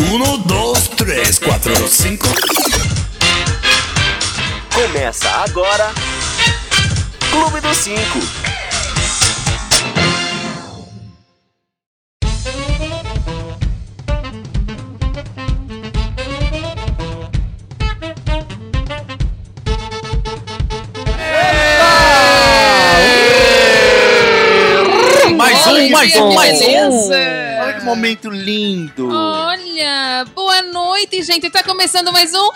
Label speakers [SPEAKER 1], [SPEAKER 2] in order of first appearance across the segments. [SPEAKER 1] Um, dois, três, quatro, cinco.
[SPEAKER 2] Começa agora. Clube dos Cinco.
[SPEAKER 1] Mais um, mais um, mais um.
[SPEAKER 3] beleza.
[SPEAKER 1] Olha que momento lindo.
[SPEAKER 3] Olha, boa noite, gente. Tá começando mais um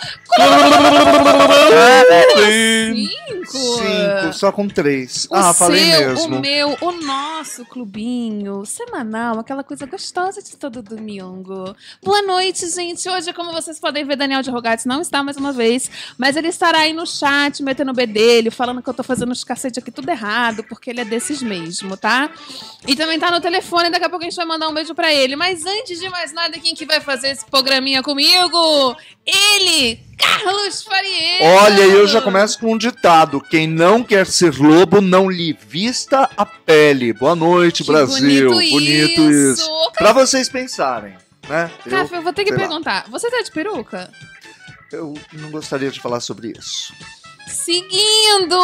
[SPEAKER 3] Cinco.
[SPEAKER 1] Cinco, só com três.
[SPEAKER 3] O
[SPEAKER 1] ah,
[SPEAKER 3] seu,
[SPEAKER 1] falei
[SPEAKER 3] o
[SPEAKER 1] mesmo.
[SPEAKER 3] meu, o nosso clubinho semanal, aquela coisa gostosa de todo domingo. Boa noite, gente. Hoje, como vocês podem ver, Daniel de Rogatis não está mais uma vez, mas ele estará aí no chat, metendo o bedelho, falando que eu tô fazendo os cacete aqui tudo errado, porque ele é desses mesmo, tá? E também tá no telefone, daqui a pouco a gente vai mandar um beijo pra ele. Mas antes de mais nada, quem que vai fazer esse programinha comigo? Ele, Carlos Faria.
[SPEAKER 1] Olha, eu já começo com um ditado: quem não quer ser lobo, não lhe vista a pele. Boa noite,
[SPEAKER 3] Que
[SPEAKER 1] Brasil.
[SPEAKER 3] Bonito,
[SPEAKER 1] isso.
[SPEAKER 3] isso.
[SPEAKER 1] Pra vocês pensarem, né? Eu,
[SPEAKER 3] Rafa, eu vou ter que
[SPEAKER 1] sei lá.
[SPEAKER 3] perguntar. Você tá de peruca?
[SPEAKER 1] eu não gostaria de falar sobre isso.
[SPEAKER 3] Seguindo!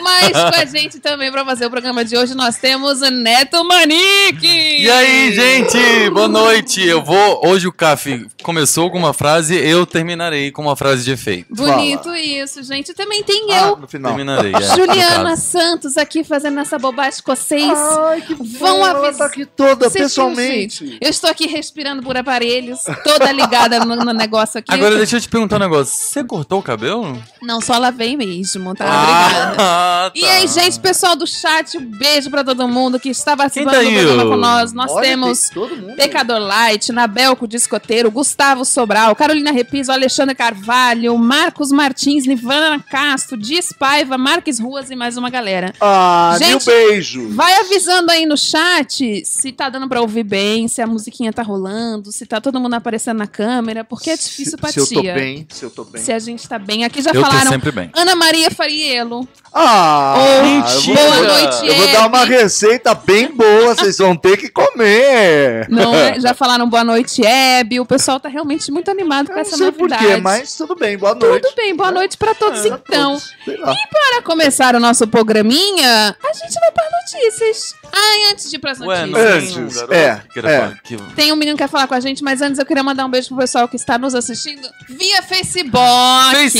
[SPEAKER 3] Mas com a gente também pra fazer o programa de hoje, nós temos o Neto Manique!
[SPEAKER 4] E aí, gente, boa noite. Eu vou. Hoje o CAF começou com uma frase, eu terminarei com uma frase de efeito.
[SPEAKER 3] Bonito
[SPEAKER 1] Fala.
[SPEAKER 3] isso, gente. Também tem
[SPEAKER 1] Ah,
[SPEAKER 3] eu,
[SPEAKER 1] no final.
[SPEAKER 4] Terminarei. é, no
[SPEAKER 3] Juliana
[SPEAKER 4] caso.
[SPEAKER 3] Santos, aqui fazendo essa bobagem escocês.
[SPEAKER 4] Ah.
[SPEAKER 1] Ai, que
[SPEAKER 3] Vão
[SPEAKER 1] bom, Ela
[SPEAKER 3] avis-
[SPEAKER 1] tá aqui
[SPEAKER 3] Vocês
[SPEAKER 1] toda,
[SPEAKER 3] assim,
[SPEAKER 1] pessoalmente.
[SPEAKER 3] Eu estou aqui respirando por aparelhos, toda ligada no, no negócio aqui.
[SPEAKER 4] Agora deixa eu te perguntar um negócio. Você cortou o cabelo?
[SPEAKER 3] Não, só lavei mesmo, tá? Obrigada.
[SPEAKER 4] Ah, tá.
[SPEAKER 3] E aí, gente, pessoal do chat, um beijo pra todo mundo que está participando
[SPEAKER 4] tá
[SPEAKER 3] do
[SPEAKER 4] aí,
[SPEAKER 3] programa
[SPEAKER 4] ô?
[SPEAKER 3] com nós. Nós
[SPEAKER 1] Olha,
[SPEAKER 3] temos
[SPEAKER 1] tem todo mundo.
[SPEAKER 3] Pecador Light, Nabelco Discoteiro, Gustavo Sobral, Carolina Repiso, Alexandre Carvalho, Marcos Martins, Nivana Castro, Dias Paiva, Marques Ruas e mais uma galera.
[SPEAKER 1] Ah,
[SPEAKER 3] Gente,
[SPEAKER 1] meu beijo.
[SPEAKER 3] Vai avisando aí no chat se tá dando pra ouvir bem, se a musiquinha tá rolando, se tá todo mundo aparecendo na câmera, porque é difícil
[SPEAKER 1] se,
[SPEAKER 3] pra
[SPEAKER 1] se eu tô
[SPEAKER 3] tia.
[SPEAKER 1] bem, se eu tô bem.
[SPEAKER 3] Se a gente tá bem. Aqui já
[SPEAKER 4] Eu tô
[SPEAKER 3] falaram
[SPEAKER 4] sempre bem.
[SPEAKER 3] Ana Maria Fariello.
[SPEAKER 1] Ah,
[SPEAKER 4] Ou-
[SPEAKER 1] eu vou-
[SPEAKER 4] Boa
[SPEAKER 1] eu vou-
[SPEAKER 3] noite,
[SPEAKER 1] Eu vou dar uma receita bem boa, vocês vão ter que comer.
[SPEAKER 3] Não, é? já falaram boa noite, Hebe. O pessoal tá realmente muito animado com
[SPEAKER 1] Eu não
[SPEAKER 3] essa
[SPEAKER 1] sei
[SPEAKER 3] novidade.
[SPEAKER 1] porquê, mas tudo bem, boa noite. É,
[SPEAKER 3] Tudo bem, boa noite pra todos
[SPEAKER 1] Pra
[SPEAKER 3] então.
[SPEAKER 1] todos, sei lá.
[SPEAKER 3] Para começar o nosso programinha, a gente vai para notícias. Ai, antes de ir para as
[SPEAKER 4] Ué,
[SPEAKER 3] notícias.
[SPEAKER 4] não tem um
[SPEAKER 1] Antes,
[SPEAKER 4] garoto
[SPEAKER 1] é,
[SPEAKER 4] que era
[SPEAKER 1] é.
[SPEAKER 4] pra- que-
[SPEAKER 3] Tem um menino que quer falar com a gente, mas antes eu queria mandar um beijo pro pessoal que está nos assistindo via Facebook.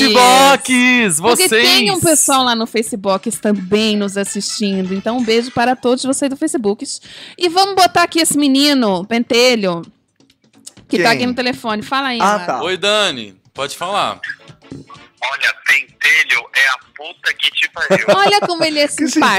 [SPEAKER 4] Facebooks,
[SPEAKER 3] Porque
[SPEAKER 4] vocês.
[SPEAKER 3] tem um pessoal lá no Facebook também nos assistindo. Então, um beijo para todos vocês do Facebook. E vamos botar aqui esse menino, Pentelho, que tá
[SPEAKER 1] Quem?
[SPEAKER 3] aqui no telefone. Fala aí,
[SPEAKER 1] Ah,
[SPEAKER 3] Amado.
[SPEAKER 1] tá.
[SPEAKER 4] Oi, Dani. Pode falar.
[SPEAKER 5] Olha, pentelho é a puta que te pariu.
[SPEAKER 3] Olha como ele é
[SPEAKER 1] tá. Que
[SPEAKER 3] simpático.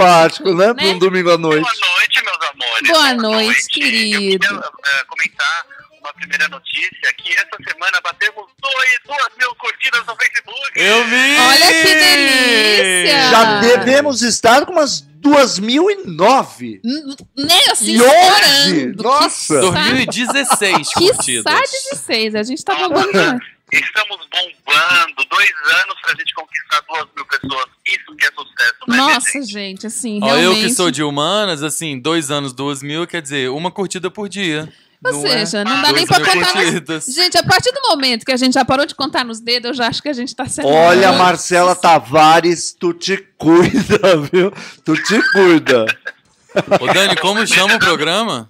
[SPEAKER 1] simpático, né? Pra um domingo à
[SPEAKER 5] Boa
[SPEAKER 1] noite.
[SPEAKER 5] noite, meus amores.
[SPEAKER 3] Boa noite, querido.
[SPEAKER 5] Eu queria eh, comentar uma primeira notícia, que essa semana batemos dois, duas mil curtidas no Facebook.
[SPEAKER 4] Eu vi!
[SPEAKER 3] Olha que delícia!
[SPEAKER 1] Já devemos estar com umas 2009.
[SPEAKER 3] N- Né, assim,
[SPEAKER 1] E hoje?
[SPEAKER 3] estourando.
[SPEAKER 1] Nossa!
[SPEAKER 3] Que sa-
[SPEAKER 4] 2016
[SPEAKER 3] Que
[SPEAKER 4] curtidas.
[SPEAKER 3] sá 16, a gente tá bombando demais.
[SPEAKER 5] Estamos bombando, dois anos pra gente conquistar duas mil pessoas. Isso que é sucesso, né,
[SPEAKER 3] Nossa,
[SPEAKER 5] gente?
[SPEAKER 3] gente, assim,
[SPEAKER 4] Ó,
[SPEAKER 3] realmente.
[SPEAKER 4] eu que sou de humanas, assim, dois anos, duas mil, quer dizer, uma curtida por dia.
[SPEAKER 3] Ou
[SPEAKER 4] Não é?
[SPEAKER 3] seja, não dá
[SPEAKER 4] Dois
[SPEAKER 3] nem pra
[SPEAKER 4] mil
[SPEAKER 3] contar mais.
[SPEAKER 4] curtidas.
[SPEAKER 3] Gente, a partir do momento que a gente já parou de contar nos dedos, eu já acho que a gente tá sendo.
[SPEAKER 1] Olha, Marcela tá Tavares, tu te cuida, viu? Tu te cuida.
[SPEAKER 4] Ô, Dani, como chama o programa?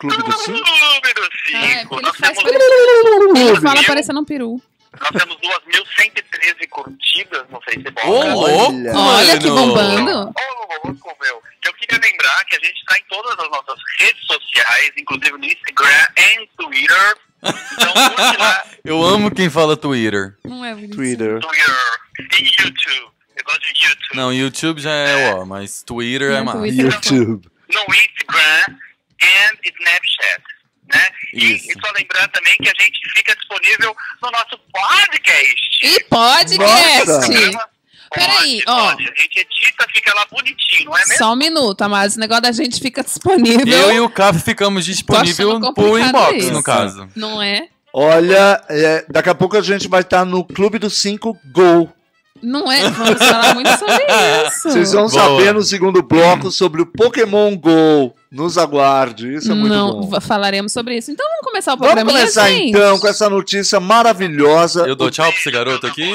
[SPEAKER 1] Clube do Cinco.
[SPEAKER 5] Número
[SPEAKER 3] É,
[SPEAKER 5] 5.
[SPEAKER 3] porque ele
[SPEAKER 5] nós,
[SPEAKER 3] faz
[SPEAKER 5] temos,
[SPEAKER 3] parecendo- ele
[SPEAKER 1] Clube.
[SPEAKER 3] fala parecendo um peru.
[SPEAKER 5] nós temos 2.113 curtidas no Facebook.
[SPEAKER 4] Ô, louco!
[SPEAKER 1] Olha.
[SPEAKER 3] Olha que
[SPEAKER 4] mano.
[SPEAKER 3] bombando.
[SPEAKER 5] Ô, louco, meu. Eu queria lembrar que a gente está em todas as nossas redes sociais, inclusive no Instagram e Twitter. Então, curte lá,
[SPEAKER 4] Eu amo quem fala Twitter.
[SPEAKER 3] Não é bonito.
[SPEAKER 1] Twitter.
[SPEAKER 5] Twitter e YouTube. Eu gosto de YouTube.
[SPEAKER 4] Não, YouTube já é ó, mas Twitter é
[SPEAKER 3] Não,
[SPEAKER 4] mais.
[SPEAKER 3] Twitter.
[SPEAKER 1] YouTube.
[SPEAKER 5] No Instagram e Snapchat. Né? E,
[SPEAKER 4] Isso.
[SPEAKER 5] e só lembrar também que a gente fica disponível no nosso podcast.
[SPEAKER 3] E podcast!
[SPEAKER 5] Programa
[SPEAKER 3] Peraí,
[SPEAKER 5] pode,
[SPEAKER 3] ó.
[SPEAKER 5] pode. A gente edita, fica lá bonitinho, não é mesmo?
[SPEAKER 3] Só um minuto, Amado. Esse negócio da gente fica disponível.
[SPEAKER 4] Eu e o Café ficamos disponível
[SPEAKER 3] achando
[SPEAKER 4] por
[SPEAKER 3] complicado
[SPEAKER 4] inbox,
[SPEAKER 3] isso.
[SPEAKER 4] no caso.
[SPEAKER 3] Não é?
[SPEAKER 1] Olha, é, daqui a pouco a gente vai estar no Clube dos Cinco Gol.
[SPEAKER 3] Não é? Vamos falar muito sobre isso.
[SPEAKER 1] Vocês vão
[SPEAKER 4] Boa.
[SPEAKER 1] saber no segundo bloco sobre o Pokémon GO. Nos aguarde, isso é muito
[SPEAKER 3] não,
[SPEAKER 1] bom.
[SPEAKER 3] va- falaremos sobre isso. Então vamos começar o
[SPEAKER 1] Vamos
[SPEAKER 3] programa.
[SPEAKER 1] começar
[SPEAKER 3] gente?
[SPEAKER 1] então com essa notícia maravilhosa.
[SPEAKER 4] Eu dou tchau pra esse garoto aqui.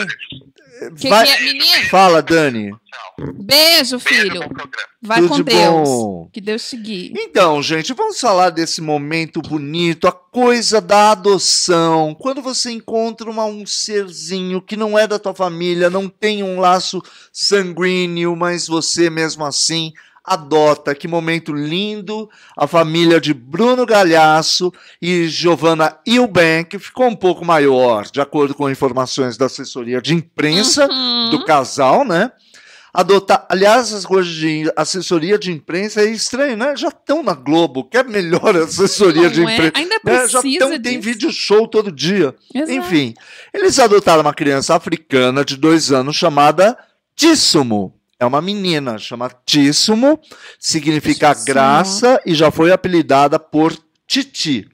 [SPEAKER 3] Que
[SPEAKER 1] Vai-
[SPEAKER 3] que é, menino?
[SPEAKER 1] Fala, Dani.
[SPEAKER 3] Beijo,
[SPEAKER 5] Beijo
[SPEAKER 3] filho.
[SPEAKER 5] pro programa.
[SPEAKER 3] Vai
[SPEAKER 1] Tudo
[SPEAKER 3] com
[SPEAKER 1] de
[SPEAKER 3] Deus.
[SPEAKER 1] bom.
[SPEAKER 3] Que Deus te guie.
[SPEAKER 1] Então, gente, vamos falar desse momento bonito, a coisa da adoção. Quando você encontra uma- um serzinho que não é da tua família, não tem um laço sanguíneo, mas você mesmo assim adota. Que momento lindo! A família de Bruno Galhaço e Giovanna Ilbank ficou um pouco maior, de acordo com informações da assessoria de imprensa
[SPEAKER 3] Uhum.
[SPEAKER 1] do casal, né? Adotar, aliás, as coisas de assessoria de imprensa é estranho, né? Já estão na Globo, que é melhor assessoria
[SPEAKER 3] Não
[SPEAKER 1] de
[SPEAKER 3] é?
[SPEAKER 1] imprensa.
[SPEAKER 3] Ainda
[SPEAKER 1] né? Já
[SPEAKER 3] precisa
[SPEAKER 1] tão, tem
[SPEAKER 3] disso.
[SPEAKER 1] vídeo show todo dia.
[SPEAKER 3] Exato.
[SPEAKER 1] Enfim, eles adotaram uma criança africana de dois anos chamada Tíssumo. É uma menina, chama Tíssumo, significa
[SPEAKER 3] Tíssumo.
[SPEAKER 1] graça e já foi apelidada por Titi.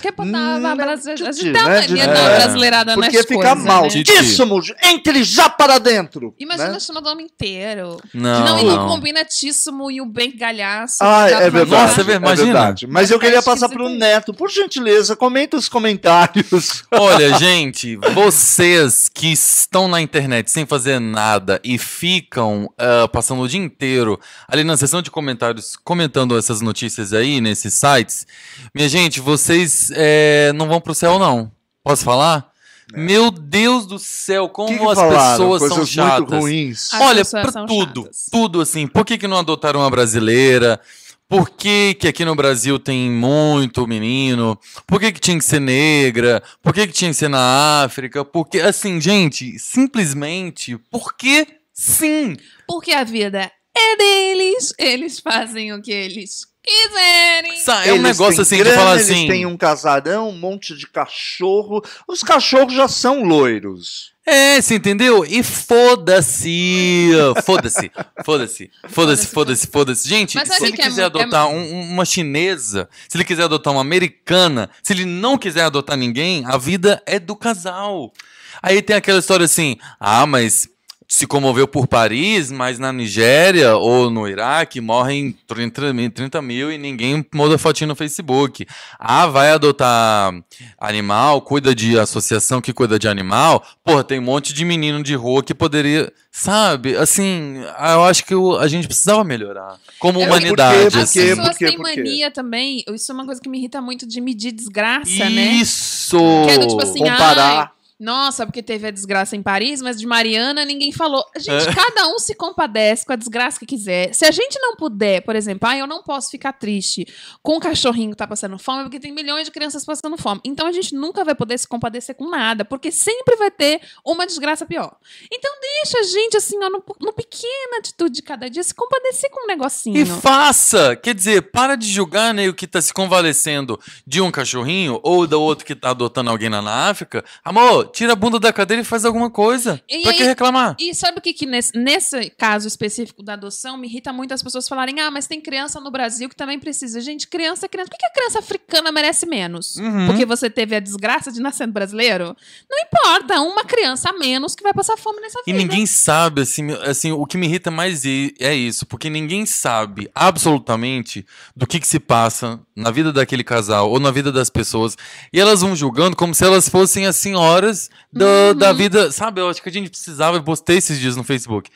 [SPEAKER 3] Quer botar
[SPEAKER 1] Hum,
[SPEAKER 3] a brasileira. Então, A
[SPEAKER 1] de-
[SPEAKER 3] gente tem uma
[SPEAKER 1] né,
[SPEAKER 3] mania
[SPEAKER 1] de-
[SPEAKER 3] da
[SPEAKER 4] é,
[SPEAKER 3] brasileirada
[SPEAKER 1] Porque
[SPEAKER 3] nas
[SPEAKER 1] fica
[SPEAKER 3] coisas,
[SPEAKER 1] mal.
[SPEAKER 3] né?
[SPEAKER 4] Titi.
[SPEAKER 1] Tíssumo, entre já para dentro.
[SPEAKER 3] Imagina
[SPEAKER 1] né?
[SPEAKER 3] chamar o nome inteiro.
[SPEAKER 4] Não,
[SPEAKER 3] não, e não
[SPEAKER 4] não.
[SPEAKER 3] combina Tíssimo e o Ben Galhaço.
[SPEAKER 1] Ah,
[SPEAKER 3] Já
[SPEAKER 1] é
[SPEAKER 3] pra-
[SPEAKER 1] verdade.
[SPEAKER 4] Nossa, é
[SPEAKER 1] é
[SPEAKER 4] verdade.
[SPEAKER 1] verdade. Mas eu
[SPEAKER 3] Tá
[SPEAKER 1] queria passar
[SPEAKER 3] esquisito
[SPEAKER 1] pro
[SPEAKER 3] isso.
[SPEAKER 1] Neto. Por gentileza, comenta os comentários.
[SPEAKER 4] Olha, gente, vocês que estão na internet sem fazer nada e ficam ah, passando o dia inteiro ali na seção de comentários comentando essas notícias aí nesses sites, minha gente, vocês eh, não vão pro céu, não. Posso falar? Meu Deus do céu, como
[SPEAKER 1] É. que que
[SPEAKER 4] as
[SPEAKER 1] falaram?
[SPEAKER 4] pessoas
[SPEAKER 1] Coisas
[SPEAKER 4] são chatas. Ah,
[SPEAKER 1] muito ruins.
[SPEAKER 3] As
[SPEAKER 4] Olha,
[SPEAKER 3] pessoas
[SPEAKER 4] pra
[SPEAKER 3] são
[SPEAKER 4] tudo,
[SPEAKER 3] chatas.
[SPEAKER 4] tudo assim. Por que, que não adotaram uma brasileira? Por que, que aqui no Brasil tem muito menino? Por que, que tinha que ser negra? Por que, que tinha que ser na África? Porque, assim, gente, simplesmente porque sim.
[SPEAKER 3] Porque a vida é deles, eles fazem o que eles quiserem.
[SPEAKER 4] Sa- É um
[SPEAKER 1] Eles
[SPEAKER 4] negócio
[SPEAKER 1] têm
[SPEAKER 4] assim de
[SPEAKER 1] grana,
[SPEAKER 4] falar
[SPEAKER 1] Eles
[SPEAKER 4] assim.
[SPEAKER 1] têm um casarão, um monte de cachorro. Os cachorros já são loiros.
[SPEAKER 4] É, você entendeu? E foda-se! Foda-se, foda-se, foda-se, foda-se, foda-se. Gente,
[SPEAKER 3] Mas sabe
[SPEAKER 4] se ele
[SPEAKER 3] que é
[SPEAKER 4] quiser
[SPEAKER 3] mu- é
[SPEAKER 4] adotar um- um- uma chinesa, se ele quiser adotar uma americana, se ele não quiser adotar ninguém, a vida é do casal. Aí tem aquela história assim: ah, mas se comoveu por Paris, mas na Nigéria ou no Iraque morrem 30, mil- 30 mil e ninguém muda fotinho no Facebook. Ah, vai adotar animal, cuida de associação que cuida de animal. Porra, tem um monte de menino de rua que poderia. Sabe? Assim, eu acho que o- a gente precisava melhorar. Como
[SPEAKER 3] É,
[SPEAKER 4] humanidade.
[SPEAKER 1] porque-
[SPEAKER 3] As
[SPEAKER 1] porque-
[SPEAKER 4] assim.
[SPEAKER 3] pessoas
[SPEAKER 1] por quê,
[SPEAKER 3] têm
[SPEAKER 1] por quê?
[SPEAKER 3] mania também. Isso é uma coisa que me irrita muito de medir desgraça, né?
[SPEAKER 4] Isso!
[SPEAKER 3] Que é do tipo assim, ai,
[SPEAKER 1] Comparar.
[SPEAKER 3] nossa, porque teve a desgraça em Paris, mas de Mariana ninguém falou. Gente, cada um se compadece com a desgraça que quiser. Se a gente não puder, por exemplo, ah, eu não posso ficar triste com o cachorrinho que tá passando fome, porque tem milhões de crianças passando fome. Então a gente nunca vai poder se compadecer com nada, porque sempre vai ter uma desgraça pior. Então deixa a gente, assim, ó, no, no pequena atitude de cada dia, se compadecer com um negocinho.
[SPEAKER 4] E faça! Quer dizer, para de julgar né, o que tá se convalescendo de um cachorrinho ou da outro que tá adotando alguém lá na África. Amor, tira a bunda da cadeira e faz alguma coisa.
[SPEAKER 3] E
[SPEAKER 4] pra
[SPEAKER 3] aí-
[SPEAKER 4] que reclamar?
[SPEAKER 3] E sabe o que, que nesse, nesse caso específico da adoção me irrita muito as pessoas falarem: ah, mas tem criança no Brasil que também precisa. Gente, criança é criança. Por que que a criança africana merece menos?
[SPEAKER 4] Uhum.
[SPEAKER 3] Porque você teve a desgraça de nascer brasileiro? Não importa, uma criança a menos que vai passar fome nessa
[SPEAKER 4] E
[SPEAKER 3] vida.
[SPEAKER 4] ninguém sabe, assim, meu- assim, o que me irrita mais i- é isso, porque ninguém sabe absolutamente do que, que se passa na vida daquele casal ou na vida das pessoas. E elas vão julgando como se elas fossem as senhoras da, da vida. Sabe, eu acho que a gente precisava, eu postei esses dias no Facebook.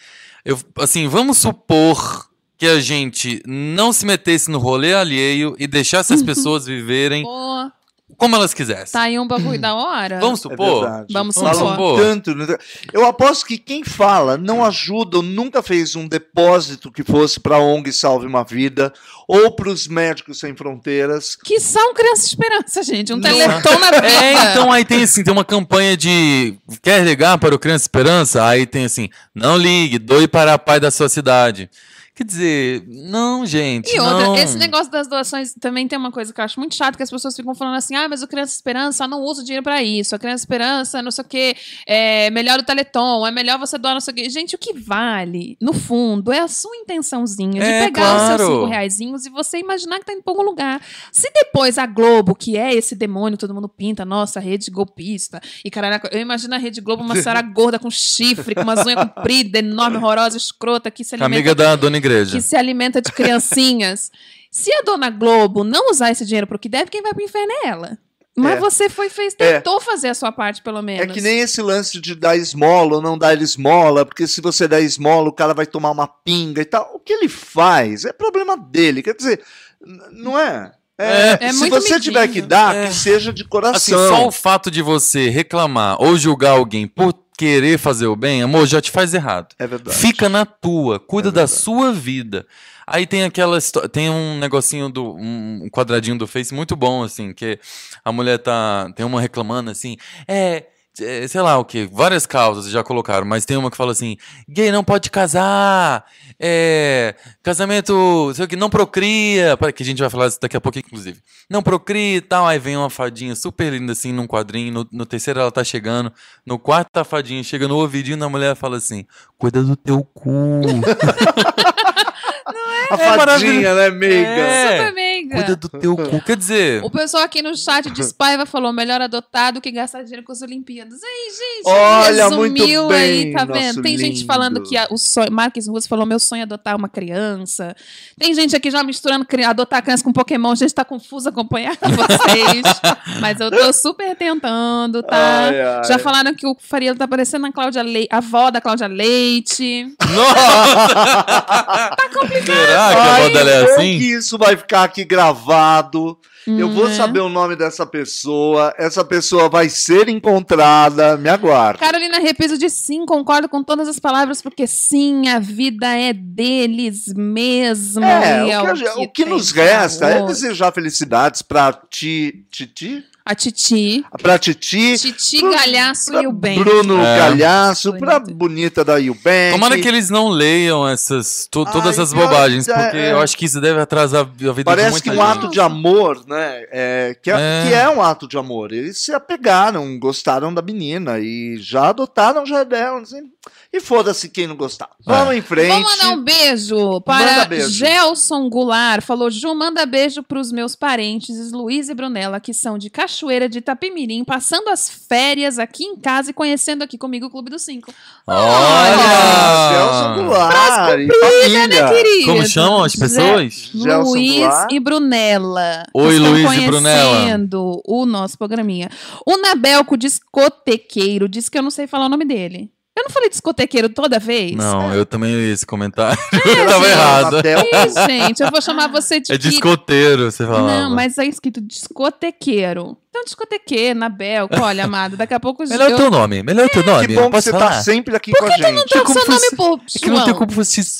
[SPEAKER 4] Eu, assim, vamos supor que a gente não se metesse no rolê alheio e deixasse as pessoas viverem
[SPEAKER 3] Pô,
[SPEAKER 4] como elas quisessem.
[SPEAKER 3] tá aí um bagulho da hora.
[SPEAKER 4] Vamos
[SPEAKER 1] É
[SPEAKER 4] supor?
[SPEAKER 1] verdade.
[SPEAKER 3] Vamos
[SPEAKER 1] Falam
[SPEAKER 4] supor.
[SPEAKER 1] tanto. né? Eu aposto que quem fala
[SPEAKER 4] Hum.
[SPEAKER 1] não ajuda, ou nunca fez um depósito que fosse para ONG Salve uma Vida ou para os Médicos Sem Fronteiras.
[SPEAKER 3] Que são crianças esperança, gente. Um
[SPEAKER 1] Não.
[SPEAKER 3] teleton na vida.
[SPEAKER 4] É, então aí tem assim, tem uma campanha de quer ligar para o Criança Esperança? Aí tem assim, não ligue, doe para a pai da sua cidade. Quer dizer, não, gente.
[SPEAKER 3] E outra,
[SPEAKER 4] não.
[SPEAKER 3] esse negócio das doações também tem uma coisa que eu acho muito chato, que as pessoas ficam falando assim, ah, mas o Criança Esperança não usa o dinheiro pra isso, a Criança Esperança não sei o quê, é melhor o Teleton, é melhor você doar não sei o quê. Gente, o que vale, no fundo, é a sua intençãozinha de
[SPEAKER 4] É,
[SPEAKER 3] pegar os
[SPEAKER 4] claro.
[SPEAKER 3] seus cinco reaisinhos e você imaginar que tá indo pra algum lugar. Se depois a Globo, que é esse demônio, todo mundo pinta, nossa, rede golpista, e caraca, eu imagino a Rede Globo uma senhora gorda com chifre, com umas unhas compridas, enorme, horrorosa, escrota, que se
[SPEAKER 4] Com a
[SPEAKER 3] alimenta
[SPEAKER 4] Amiga da dona igreja.
[SPEAKER 3] que se alimenta de criancinhas. Se a dona Globo não usar esse dinheiro pro que deve, quem vai pro inferno é ela. Mas
[SPEAKER 1] É.
[SPEAKER 3] você foi fez,
[SPEAKER 1] É.
[SPEAKER 3] tentou fazer a sua parte, pelo
[SPEAKER 1] É
[SPEAKER 3] menos.
[SPEAKER 1] que nem esse lance de dar esmola ou não dar esmola, porque se você der esmola, o cara vai tomar uma pinga e tal. O que ele faz é problema dele. Quer dizer, n- não é?
[SPEAKER 4] É.
[SPEAKER 3] É
[SPEAKER 1] se
[SPEAKER 3] muito
[SPEAKER 1] você
[SPEAKER 3] miquinho.
[SPEAKER 1] tiver que dar,
[SPEAKER 4] É.
[SPEAKER 1] que seja de
[SPEAKER 4] Assim,
[SPEAKER 1] coração.
[SPEAKER 4] só o fato de você reclamar ou julgar alguém por querer fazer o bem, amor, já te faz errado.
[SPEAKER 1] É verdade.
[SPEAKER 4] Fica na tua, cuida
[SPEAKER 1] É
[SPEAKER 4] da
[SPEAKER 1] verdade.
[SPEAKER 4] sua vida. Aí tem aquela história, tem um negocinho do um quadradinho do Face muito bom assim, que a mulher tá tem uma reclamando assim, é, é, sei lá o que, várias causas já colocaram, mas tem uma que fala assim, gay não pode casar, é, casamento, sei o que, não procria, para que a gente vai falar isso daqui a pouco inclusive. Não procria e tal, aí vem uma fadinha super linda assim num quadrinho, no, no terceiro ela tá chegando, no quarto tá a fadinha, chega no ouvidinho da mulher e fala assim: "Cuida do teu cu".
[SPEAKER 1] A fadinha,
[SPEAKER 4] maravilhoso.
[SPEAKER 1] né, meiga?
[SPEAKER 4] É.
[SPEAKER 3] Super meiga.
[SPEAKER 4] Cuida do teu cu. Quer dizer,
[SPEAKER 3] O pessoal aqui no chat de Spaiva falou: melhor adotar do que gastar dinheiro com as Olimpíadas. Aí, gente,
[SPEAKER 1] Olha,
[SPEAKER 3] resumiu
[SPEAKER 1] muito bem,
[SPEAKER 3] aí, tá
[SPEAKER 1] nosso
[SPEAKER 3] vendo? Tem gente
[SPEAKER 1] lindo.
[SPEAKER 3] falando que a- o sonho. Marques Russo falou: meu sonho é adotar uma criança. Tem gente aqui já misturando cri- adotar criança com Pokémon. Gente, tá confuso acompanhar vocês. mas eu tô super tentando, tá?
[SPEAKER 1] Ai, ai.
[SPEAKER 3] Já falaram que o Fariello tá parecendo a Cláudia Leite, a avó da Cláudia Leite.
[SPEAKER 4] Nossa!
[SPEAKER 3] Tá complicado.
[SPEAKER 4] Será que a
[SPEAKER 1] Ai,
[SPEAKER 4] avó dela é
[SPEAKER 1] bom
[SPEAKER 4] assim?
[SPEAKER 1] que isso vai ficar aqui gravado. Eu vou
[SPEAKER 3] Hum, é.
[SPEAKER 1] saber o nome dessa pessoa. Essa pessoa vai ser encontrada. Me aguarde.
[SPEAKER 3] Carolina Repiso de sim, concordo com todas as palavras, porque sim, a vida é deles mesmo.
[SPEAKER 1] É,
[SPEAKER 3] né? e
[SPEAKER 1] o que, a gente- o que
[SPEAKER 3] tem
[SPEAKER 1] nos resta é
[SPEAKER 3] valor.
[SPEAKER 1] desejar felicidades pra ti, Titi?
[SPEAKER 3] A Titi,
[SPEAKER 1] Pra Titi,
[SPEAKER 3] Titi
[SPEAKER 1] Pro-
[SPEAKER 3] Galhaço
[SPEAKER 1] pra
[SPEAKER 3] e o Ben.
[SPEAKER 1] Bruno
[SPEAKER 4] É.
[SPEAKER 1] Galhaço,
[SPEAKER 3] Bonita.
[SPEAKER 1] pra bonita da Yubank.
[SPEAKER 4] Tomara que eles não leiam essas, to- todas
[SPEAKER 1] Ai,
[SPEAKER 4] essas bobagens,
[SPEAKER 1] é,
[SPEAKER 4] porque
[SPEAKER 1] é.
[SPEAKER 4] eu acho que isso deve atrasar a vida de
[SPEAKER 1] Parece
[SPEAKER 4] muita
[SPEAKER 1] que um
[SPEAKER 4] gente.
[SPEAKER 1] ato de amor, né? é, que, é,
[SPEAKER 4] É.
[SPEAKER 1] que é um ato de amor. Eles se apegaram, gostaram da menina e já adotaram, já deram. assim, e foda-se quem não
[SPEAKER 4] É.
[SPEAKER 1] gostar. Vamos em frente.
[SPEAKER 3] Vamos mandar um beijo para
[SPEAKER 1] Manda beijo.
[SPEAKER 3] Gelson Goulart. Falou, Ju, manda beijo para os meus parentes, Luiz e Brunella, que são de Cachoeira de Itapimirim, passando as férias aqui em casa e conhecendo aqui comigo o Clube dos Cinco.
[SPEAKER 1] Olha! Gelson
[SPEAKER 4] Olha!
[SPEAKER 1] Goulart e
[SPEAKER 3] Né,
[SPEAKER 1] família.
[SPEAKER 3] querido?
[SPEAKER 4] Como chamam as
[SPEAKER 1] né?
[SPEAKER 3] Ge-
[SPEAKER 4] pessoas?
[SPEAKER 1] Gelson
[SPEAKER 3] Luiz
[SPEAKER 1] Goulart.
[SPEAKER 3] e Brunella. que
[SPEAKER 4] Oi,
[SPEAKER 3] estão
[SPEAKER 4] Luiz e
[SPEAKER 3] conhecendo o nosso programinha. O Nabelco discotequeiro disse que eu não sei falar o nome dele. Eu não falei discotequeiro toda vez?
[SPEAKER 4] Não, eu também li esse comentário. eu tava
[SPEAKER 3] gente.
[SPEAKER 4] errado.
[SPEAKER 1] Até o-
[SPEAKER 3] Ih, gente, eu vou chamar você de
[SPEAKER 4] É
[SPEAKER 3] Kiko.
[SPEAKER 4] discoteiro, você falava.
[SPEAKER 3] Não, mas é escrito discotequeiro. Então, discotequeiro, Nabelco, olha, amado, daqui a pouco
[SPEAKER 4] Melhor o teu nome, melhor o teu nome.
[SPEAKER 1] É, Que bom que
[SPEAKER 4] Posso
[SPEAKER 1] você
[SPEAKER 4] falar?
[SPEAKER 1] tá sempre aqui com a gente.
[SPEAKER 4] Tinha
[SPEAKER 3] Troca o
[SPEAKER 4] como
[SPEAKER 3] seu
[SPEAKER 4] fosse-
[SPEAKER 3] nome por
[SPEAKER 4] É que não
[SPEAKER 3] João.
[SPEAKER 4] tem como fosse isso.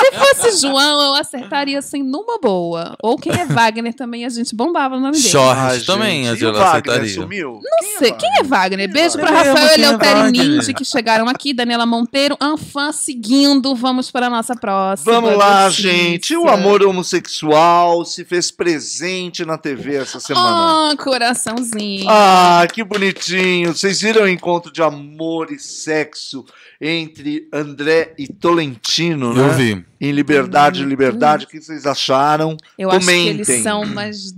[SPEAKER 3] Se fosse João, eu acertaria assim numa boa. Ou quem é Wagner também, a gente bombava o nome dele.
[SPEAKER 4] Short
[SPEAKER 1] Ah,
[SPEAKER 4] também,
[SPEAKER 1] gente,
[SPEAKER 4] a
[SPEAKER 1] e o
[SPEAKER 4] Angela tá
[SPEAKER 1] Wagner
[SPEAKER 4] aceitaria.
[SPEAKER 1] sumiu?
[SPEAKER 3] Não sei. Quem é Wagner? Beijo
[SPEAKER 1] Quem
[SPEAKER 3] para
[SPEAKER 4] é
[SPEAKER 3] Rafael
[SPEAKER 4] Wagner?
[SPEAKER 3] Eleutério
[SPEAKER 4] Quem
[SPEAKER 3] e
[SPEAKER 4] é
[SPEAKER 3] Nindy,
[SPEAKER 4] Wagner?
[SPEAKER 3] que chegaram aqui. Daniela Monteiro, Anfã, seguindo. Vamos para a nossa próxima.
[SPEAKER 1] Vamos lá,
[SPEAKER 3] notícia.
[SPEAKER 1] gente. O amor homossexual se fez presente na TV essa semana.
[SPEAKER 3] Ah, coraçãozinho.
[SPEAKER 1] Ah, que bonitinho. Vocês viram o encontro de amor e sexo entre André e Tolentino, né?
[SPEAKER 4] Eu vi.
[SPEAKER 1] Em
[SPEAKER 3] Hum,
[SPEAKER 1] Liberdade, Liberdade. O que vocês acharam?
[SPEAKER 3] eu acho que
[SPEAKER 1] comentem.
[SPEAKER 3] eles são umas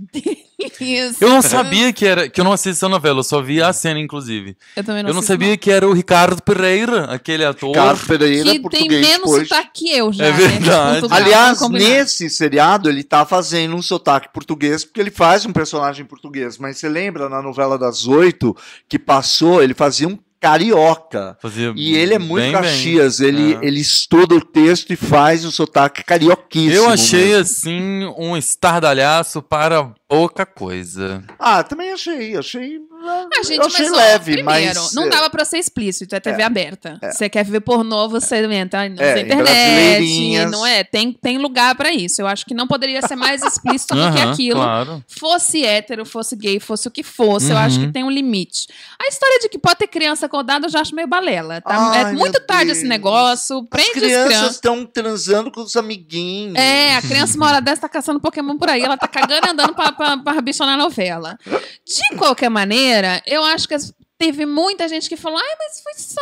[SPEAKER 3] delícias.
[SPEAKER 4] Eu não sabia que era. Que eu não assisti a novela, eu só vi a cena, inclusive.
[SPEAKER 3] Eu também não,
[SPEAKER 4] Eu não
[SPEAKER 3] sei
[SPEAKER 4] sabia que era o Ricardo Pereira, aquele ator.
[SPEAKER 1] Carlos Pereira,
[SPEAKER 3] que tem
[SPEAKER 1] português,
[SPEAKER 3] menos
[SPEAKER 1] pois.
[SPEAKER 3] sotaque que eu já.
[SPEAKER 4] É
[SPEAKER 3] né?
[SPEAKER 4] verdade.
[SPEAKER 3] Portugal, vamos
[SPEAKER 1] Aliás,
[SPEAKER 3] combinar.
[SPEAKER 1] nesse seriado, ele tá fazendo um sotaque português, porque ele faz um personagem português. Mas você lembra na novela das oito que passou, ele fazia um carioca.
[SPEAKER 4] Fazia
[SPEAKER 1] E ele é muito
[SPEAKER 4] Hum, bem, bem.
[SPEAKER 1] Caxias, ele,
[SPEAKER 4] É.
[SPEAKER 1] ele estuda o texto e faz o sotaque carioquíssimo.
[SPEAKER 4] Eu achei,
[SPEAKER 1] mesmo.
[SPEAKER 4] assim, um estardalhaço para pouca coisa.
[SPEAKER 1] Ah, também achei, achei.
[SPEAKER 3] A gente,
[SPEAKER 1] eu achei
[SPEAKER 3] mas, ó,
[SPEAKER 1] leve,
[SPEAKER 3] primeiro,
[SPEAKER 1] mas.
[SPEAKER 3] não
[SPEAKER 1] é,
[SPEAKER 3] dava pra ser explícito, é TV aberta. Você quer ver pornô, você entra aí na
[SPEAKER 1] É, em
[SPEAKER 3] internet,
[SPEAKER 1] Brasileirinhas.
[SPEAKER 3] não é? Tem, tem lugar pra isso. Eu acho que não poderia ser mais explícito do que é
[SPEAKER 4] Aham,
[SPEAKER 3] aquilo.
[SPEAKER 4] Claro.
[SPEAKER 3] Fosse hétero, fosse gay, fosse o que fosse, eu
[SPEAKER 4] Uhum.
[SPEAKER 3] acho que tem um limite. A história de que pode ter criança acordada, eu já acho meio balela. Tá?
[SPEAKER 1] Ai,
[SPEAKER 3] é muito
[SPEAKER 1] meu
[SPEAKER 3] tarde
[SPEAKER 1] Deus.
[SPEAKER 3] esse negócio,
[SPEAKER 1] As
[SPEAKER 3] prende as
[SPEAKER 1] crianças
[SPEAKER 3] crianças.
[SPEAKER 1] estão transando com os amiguinhos.
[SPEAKER 3] É, a criança uma hora dessa tá caçando Pokémon por aí, ela tá cagando e andando pra, pra, pra bicha na novela. De qualquer maneira, eu acho que as- teve muita gente que falou, ai, mas foi só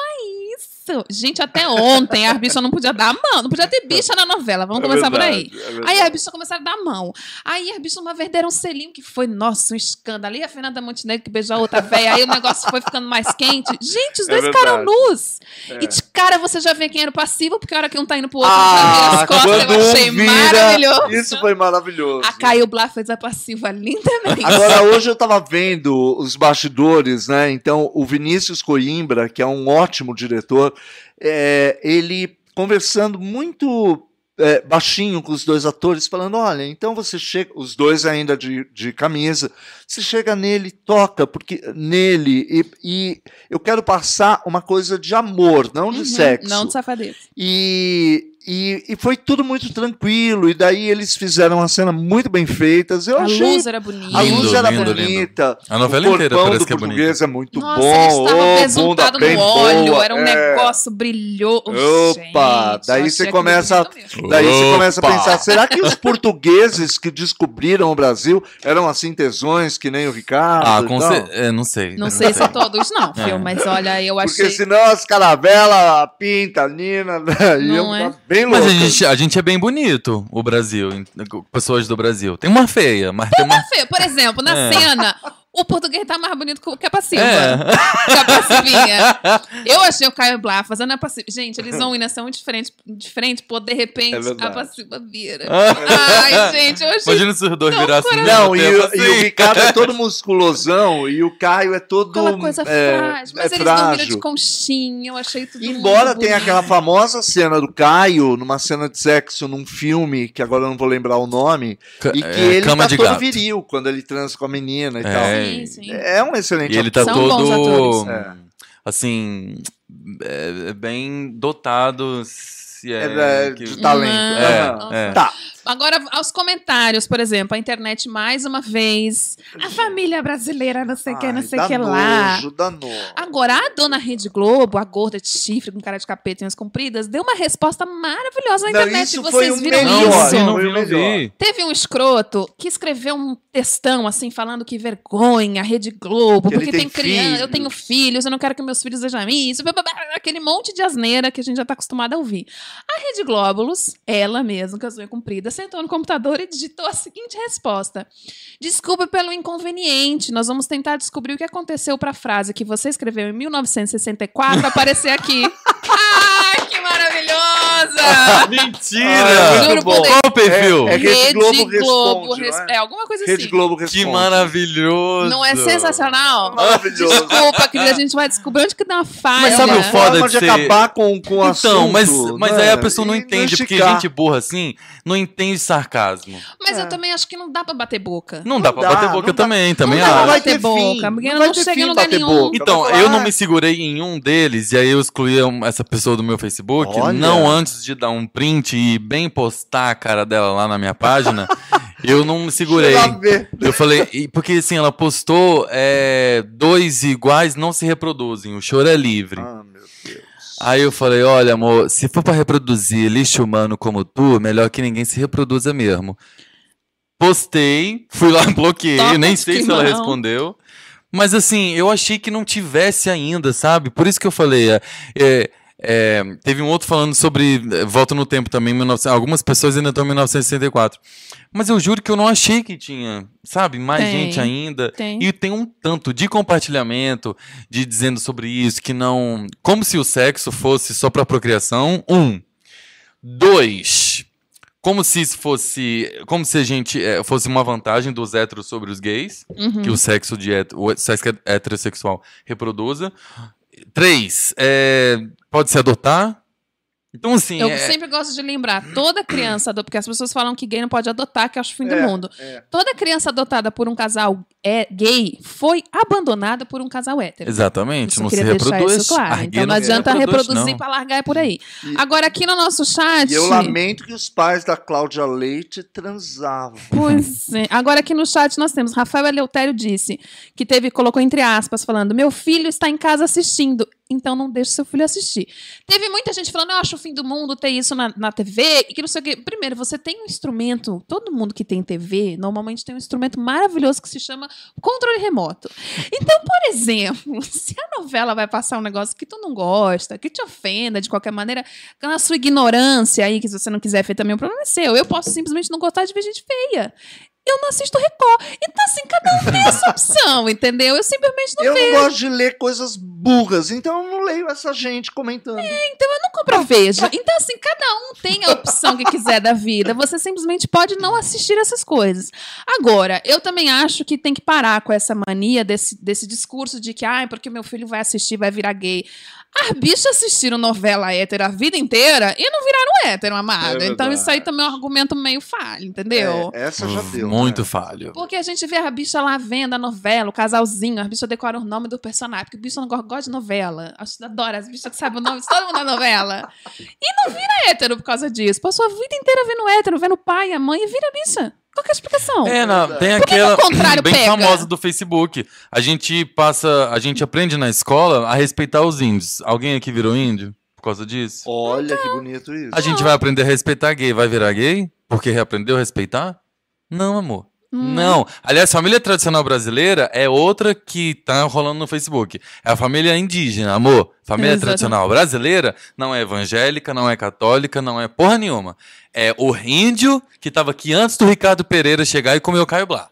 [SPEAKER 3] isso. Gente, até ontem a bicha não podia dar a mão, não podia ter bicha na novela,
[SPEAKER 1] É
[SPEAKER 4] É
[SPEAKER 3] vamos começar por aí. Aí a bicha começaram a dar a mão. Aí a bicha uma vez deram um selinho que foi, nossa, um escândalo. Aí a Fernanda Montenegro que beijou a outra velha. Aí o negócio foi ficando mais quente. Gente, os
[SPEAKER 1] É
[SPEAKER 3] dois ficaram
[SPEAKER 1] verdade. É.
[SPEAKER 3] nus. E de cara você já vê quem era o passivo, porque a hora que um tá indo pro outro, já vê
[SPEAKER 1] Ah,
[SPEAKER 3] as costas.
[SPEAKER 1] quando
[SPEAKER 3] Eu achei
[SPEAKER 1] um vira,
[SPEAKER 3] maravilhoso.
[SPEAKER 1] Isso foi maravilhoso.
[SPEAKER 3] A Caio Blá fez a passiva lindamente.
[SPEAKER 1] Agora, hoje eu tava vendo os bastidores, né? Então, o Vinícius Coimbra, que é um ótimo diretor, é, ele conversando muito é, baixinho com os dois atores, falando: olha, então você chega, os dois ainda de, de camisa, você chega nele, toca porque nele, e, e eu quero passar uma coisa de amor, não de
[SPEAKER 3] Uhum,
[SPEAKER 1] sexo.
[SPEAKER 3] Não de safadeza.
[SPEAKER 1] E, e, e foi tudo muito tranquilo, e daí eles fizeram uma cena muito bem feita. Eu
[SPEAKER 3] a
[SPEAKER 1] achei
[SPEAKER 3] luz era bonita.
[SPEAKER 1] a luz
[SPEAKER 4] Lindo,
[SPEAKER 1] era
[SPEAKER 4] lindo,
[SPEAKER 1] bonita.
[SPEAKER 4] A novela
[SPEAKER 1] o
[SPEAKER 4] inteira
[SPEAKER 1] corpão
[SPEAKER 4] parece
[SPEAKER 1] do
[SPEAKER 4] que é bonita.
[SPEAKER 1] português é muito
[SPEAKER 3] Nossa,
[SPEAKER 1] bom.
[SPEAKER 3] eles
[SPEAKER 1] Ô,
[SPEAKER 3] estavam
[SPEAKER 1] bunda
[SPEAKER 3] besuntados
[SPEAKER 1] bem
[SPEAKER 3] no óleo,
[SPEAKER 1] boa.
[SPEAKER 3] era um
[SPEAKER 1] é.
[SPEAKER 3] negócio brilhoso.
[SPEAKER 1] Opa,
[SPEAKER 3] Gente,
[SPEAKER 1] daí
[SPEAKER 3] eu achei
[SPEAKER 1] você
[SPEAKER 3] aquilo
[SPEAKER 1] começa a-
[SPEAKER 3] bonito mesmo.
[SPEAKER 1] Daí você começa a
[SPEAKER 4] Opa!
[SPEAKER 1] pensar, será que os portugueses que descobriram o Brasil eram assim tesões que nem o Ricardo?
[SPEAKER 4] Ah,
[SPEAKER 1] e
[SPEAKER 4] com
[SPEAKER 1] tal?
[SPEAKER 4] cer- é, Não sei.
[SPEAKER 3] Não sei se todos não, filho, mas olha, eu
[SPEAKER 1] Porque
[SPEAKER 3] achei.
[SPEAKER 1] senão as caravelas, a pinta, a nina, iam
[SPEAKER 3] é.
[SPEAKER 1] ficar bem
[SPEAKER 4] Mas
[SPEAKER 1] loucas.
[SPEAKER 4] a gente, a gente é bem bonito, o Brasil. em- Pessoas do Brasil. Tem uma feia, mas tem uma.
[SPEAKER 3] Fê, por exemplo, na
[SPEAKER 4] É.
[SPEAKER 3] cena, o português tá mais bonito que o- que a passiva.
[SPEAKER 4] É.
[SPEAKER 3] Que a passivinha. Eu achei o Caio Blá fazendo a passiva. Gente, eles vão ir nessa um diferente, diferente, pô, de repente
[SPEAKER 1] É verdade.
[SPEAKER 3] a passiva vira.
[SPEAKER 4] Ah.
[SPEAKER 3] Ai, gente, eu achei.
[SPEAKER 4] Imagina se os dois
[SPEAKER 3] Não,
[SPEAKER 4] virassem.
[SPEAKER 3] coração.
[SPEAKER 1] Não, e, o-
[SPEAKER 4] assim.
[SPEAKER 1] e o Ricardo é todo musculosão e o Caio é todo.
[SPEAKER 3] Aquela coisa
[SPEAKER 1] é,
[SPEAKER 3] frágil, mas
[SPEAKER 1] é
[SPEAKER 3] eles não viram de conchinha, eu achei tudo
[SPEAKER 1] Embora
[SPEAKER 3] muito
[SPEAKER 1] tenha
[SPEAKER 3] bonito.
[SPEAKER 1] aquela famosa cena do Caio, numa cena de sexo num filme, que agora eu não vou lembrar o nome,
[SPEAKER 4] Ca-
[SPEAKER 1] e que
[SPEAKER 4] é,
[SPEAKER 1] ele
[SPEAKER 4] cama
[SPEAKER 1] tá
[SPEAKER 4] de
[SPEAKER 1] todo
[SPEAKER 4] gato.
[SPEAKER 1] viril quando ele transa com a menina e
[SPEAKER 4] É.
[SPEAKER 1] tal.
[SPEAKER 3] Sim, sim.
[SPEAKER 1] É um excelente
[SPEAKER 4] E ele tá
[SPEAKER 3] São bons
[SPEAKER 4] todo.
[SPEAKER 1] atores. É.
[SPEAKER 4] Assim. é, bem dotado. Se é,
[SPEAKER 1] É, é,
[SPEAKER 4] que-
[SPEAKER 1] de talento.
[SPEAKER 4] É,
[SPEAKER 1] Aham.
[SPEAKER 4] é.
[SPEAKER 1] Tá.
[SPEAKER 3] Agora, aos comentários, por exemplo, a internet mais uma vez. A família brasileira, não sei o que, não
[SPEAKER 1] Ai,
[SPEAKER 3] sei o
[SPEAKER 1] dá
[SPEAKER 3] que lá.
[SPEAKER 1] nojo, dá nojo.
[SPEAKER 3] Agora, a dona Rede Globo, a gorda de chifre com cara de capeta e unhas compridas, deu uma resposta maravilhosa na
[SPEAKER 1] Não,
[SPEAKER 3] internet.
[SPEAKER 1] isso
[SPEAKER 3] Vocês
[SPEAKER 1] foi um o
[SPEAKER 3] viram
[SPEAKER 4] Não,
[SPEAKER 1] melhor.
[SPEAKER 3] Tá isso?
[SPEAKER 4] eu não vi,
[SPEAKER 1] Foi
[SPEAKER 4] não vi.
[SPEAKER 3] Teve um escroto que escreveu um textão, assim, falando que vergonha, Rede Globo,
[SPEAKER 1] Que ele
[SPEAKER 3] porque tem
[SPEAKER 1] tem
[SPEAKER 3] criança, eu
[SPEAKER 1] filhos.
[SPEAKER 3] tenho filhos, eu não quero que meus filhos vejam isso, blá, blá, blá, aquele monte de asneira que a gente já tá acostumado a ouvir. A Rede Glóbulos, ela mesma, com a unha comprida, sentou no computador e digitou a seguinte resposta. Desculpe pelo inconveniente, nós vamos tentar descobrir o que aconteceu pra frase que você escreveu em 1964 aparecer aqui. Ai, que maravilhosa!
[SPEAKER 1] Ah,
[SPEAKER 4] Mentira!
[SPEAKER 1] muito
[SPEAKER 3] Juro por
[SPEAKER 1] bom.
[SPEAKER 3] Deus.
[SPEAKER 4] Qual o perfil?
[SPEAKER 1] É, é- Rede Globo responde,
[SPEAKER 3] res-
[SPEAKER 1] não é?
[SPEAKER 3] é? alguma coisa
[SPEAKER 1] Rede
[SPEAKER 3] assim.
[SPEAKER 1] Globo
[SPEAKER 4] Que
[SPEAKER 1] responde.
[SPEAKER 4] maravilhoso!
[SPEAKER 3] Não é sensacional?
[SPEAKER 1] Maravilhoso. É
[SPEAKER 3] Desculpa, querida, a gente vai descobrir onde que dá uma falha.
[SPEAKER 4] Mas sabe o
[SPEAKER 1] uma
[SPEAKER 4] foda
[SPEAKER 1] forma
[SPEAKER 4] de
[SPEAKER 1] de
[SPEAKER 4] ser-
[SPEAKER 1] acabar com, com o
[SPEAKER 4] Então,
[SPEAKER 1] Um assunto,
[SPEAKER 4] mas, mas
[SPEAKER 1] né?
[SPEAKER 4] aí a pessoa não
[SPEAKER 1] E
[SPEAKER 4] entende, porque
[SPEAKER 1] esticar.
[SPEAKER 4] gente burra assim não entende sarcasmo.
[SPEAKER 3] Mas
[SPEAKER 1] É.
[SPEAKER 3] eu também acho que não dá pra bater boca.
[SPEAKER 4] Não dá pra
[SPEAKER 1] dá,
[SPEAKER 4] bater boca
[SPEAKER 1] não dá.
[SPEAKER 4] também, também
[SPEAKER 3] dá pra
[SPEAKER 4] acho.
[SPEAKER 1] vai
[SPEAKER 3] bater
[SPEAKER 1] ter
[SPEAKER 3] boca,
[SPEAKER 1] fim.
[SPEAKER 3] porque
[SPEAKER 1] Não
[SPEAKER 3] ela
[SPEAKER 1] vai
[SPEAKER 3] não
[SPEAKER 1] ter
[SPEAKER 3] chega em
[SPEAKER 1] fim
[SPEAKER 3] lugar
[SPEAKER 1] bater
[SPEAKER 3] nenhum.
[SPEAKER 1] boca.
[SPEAKER 4] Então,
[SPEAKER 1] Vai falar, "Ah,
[SPEAKER 4] eu não me segurei em um deles, e aí eu excluí um- essa pessoa do meu Facebook,
[SPEAKER 1] Olha.
[SPEAKER 4] não antes de dar um print e bem postar a cara dela lá na minha página. eu não me segurei.
[SPEAKER 1] deixa eu lá ver.
[SPEAKER 4] Eu falei, e porque assim, ela postou é, dois iguais não se reproduzem, o choro é livre.
[SPEAKER 1] Ah, meu Deus.
[SPEAKER 4] Aí eu falei, olha, amor, se for pra reproduzir lixo humano como tu, melhor que ninguém se reproduza mesmo. Postei, fui lá, bloqueei,
[SPEAKER 3] Toca
[SPEAKER 4] nem
[SPEAKER 3] de
[SPEAKER 4] sei se ela
[SPEAKER 3] queimão.
[SPEAKER 4] respondeu. Mas assim, eu achei que não tivesse ainda, sabe? Por isso que eu falei. é, é, é, teve um outro falando sobre. é, Volta no tempo também, 1900, algumas pessoas ainda estão em 1964. Mas eu juro que eu não achei que tinha, sabe? Mais
[SPEAKER 3] Tem.
[SPEAKER 4] gente ainda.
[SPEAKER 3] Tem.
[SPEAKER 4] E tem um tanto de compartilhamento, de dizendo sobre isso, que não. Como se o sexo fosse só pra procriação. Um. Dois. Como se isso fosse. Como se a gente. eh, fosse uma vantagem dos héteros sobre os gays,
[SPEAKER 3] Uhum.
[SPEAKER 4] que o sexo de het- o sexo heterossexual reproduza. Três. eh, pode se adotar. Então, assim.
[SPEAKER 3] Eu
[SPEAKER 4] é-
[SPEAKER 3] sempre gosto de lembrar, toda criança, ado- porque as pessoas falam que gay não pode adotar, que acho o fim do
[SPEAKER 1] É,
[SPEAKER 3] mundo.
[SPEAKER 1] é.
[SPEAKER 3] Toda criança adotada por um casal é gay foi abandonada por um casal hétero.
[SPEAKER 4] Exatamente,
[SPEAKER 3] Isso eu
[SPEAKER 4] não se
[SPEAKER 3] queria deixar
[SPEAKER 4] reproduz.
[SPEAKER 3] isso claro.
[SPEAKER 4] Arguia
[SPEAKER 3] Então não
[SPEAKER 4] se
[SPEAKER 3] adianta
[SPEAKER 4] reproduz,
[SPEAKER 3] reproduzir
[SPEAKER 4] não.
[SPEAKER 3] pra largar é por aí.
[SPEAKER 1] E-
[SPEAKER 3] Agora aqui no nosso chat.
[SPEAKER 1] E eu lamento que os pais da Cláudia Leite transavam.
[SPEAKER 3] Pois é. Agora aqui no chat nós temos Rafael Eleutério disse que teve colocou entre aspas falando: "Meu filho está em casa assistindo, então não deixe seu filho assistir". Teve muita gente falando: "Eu acho o fim do mundo ter isso na, na TV e que não sei o quê". Primeiro, você tem um instrumento, todo mundo que tem TV normalmente tem um instrumento maravilhoso que se chama controle remoto. Então, por exemplo, se a novela vai passar um negócio que tu não gosta, que te ofenda de qualquer maneira, na sua ignorância aí, que se você não quiser ver também, o problema é seu. Eu posso simplesmente não gostar de ver gente feia. Eu não assisto Record. Então, assim, cada um tem essa opção, entendeu? Eu simplesmente não
[SPEAKER 1] Eu não gosto de ler coisas burras, então eu não leio essa gente comentando.
[SPEAKER 3] compro veja. Então, assim, cada um tem a opção que quiser da vida. Você simplesmente pode não assistir essas coisas. Agora, eu também acho que tem que parar com essa mania desse, desse discurso de que, ai, porque meu filho vai assistir, vai virar gay. As bichas assistiram novela hétero a vida inteira e não viraram hétero, amado.
[SPEAKER 1] É
[SPEAKER 3] então,
[SPEAKER 1] verdade.
[SPEAKER 3] isso aí também é um argumento meio falho, entendeu?
[SPEAKER 1] É, essa já deu.
[SPEAKER 4] Muito
[SPEAKER 1] né?
[SPEAKER 4] falho.
[SPEAKER 3] Porque a gente vê a bicha lá vendo a novela, o casalzinho, as bichas decoram o nome do personagem, porque bicha não go- gosta de novela. As- Adora as bichas que sabem o nome de todo mundo da novela. E não vira hétero por causa disso. Passou a vida inteira vendo hétero, vendo o pai, a mãe, e vira bicha. Qual que é a explicação?
[SPEAKER 4] É, não, tem
[SPEAKER 3] Por que que
[SPEAKER 4] aquela
[SPEAKER 3] o contrário
[SPEAKER 4] bem
[SPEAKER 3] pega?
[SPEAKER 4] famosa do Facebook. A gente passa, a gente aprende na escola a respeitar os índios. Alguém aqui virou índio por causa disso?
[SPEAKER 1] Olha que bonito isso. Tá
[SPEAKER 4] A gente vai aprender a respeitar gay, vai virar gay? Porque reaprendeu a respeitar? Não, amor.
[SPEAKER 3] Hum.
[SPEAKER 4] Não. Aliás, família tradicional brasileira é outra que tá rolando no Facebook. É a família indígena, amor. Família
[SPEAKER 3] Exato.
[SPEAKER 4] tradicional brasileira não é evangélica, não é católica, não é porra nenhuma. É o índio que tava aqui antes do Ricardo Pereira chegar e comer o Caio Blá.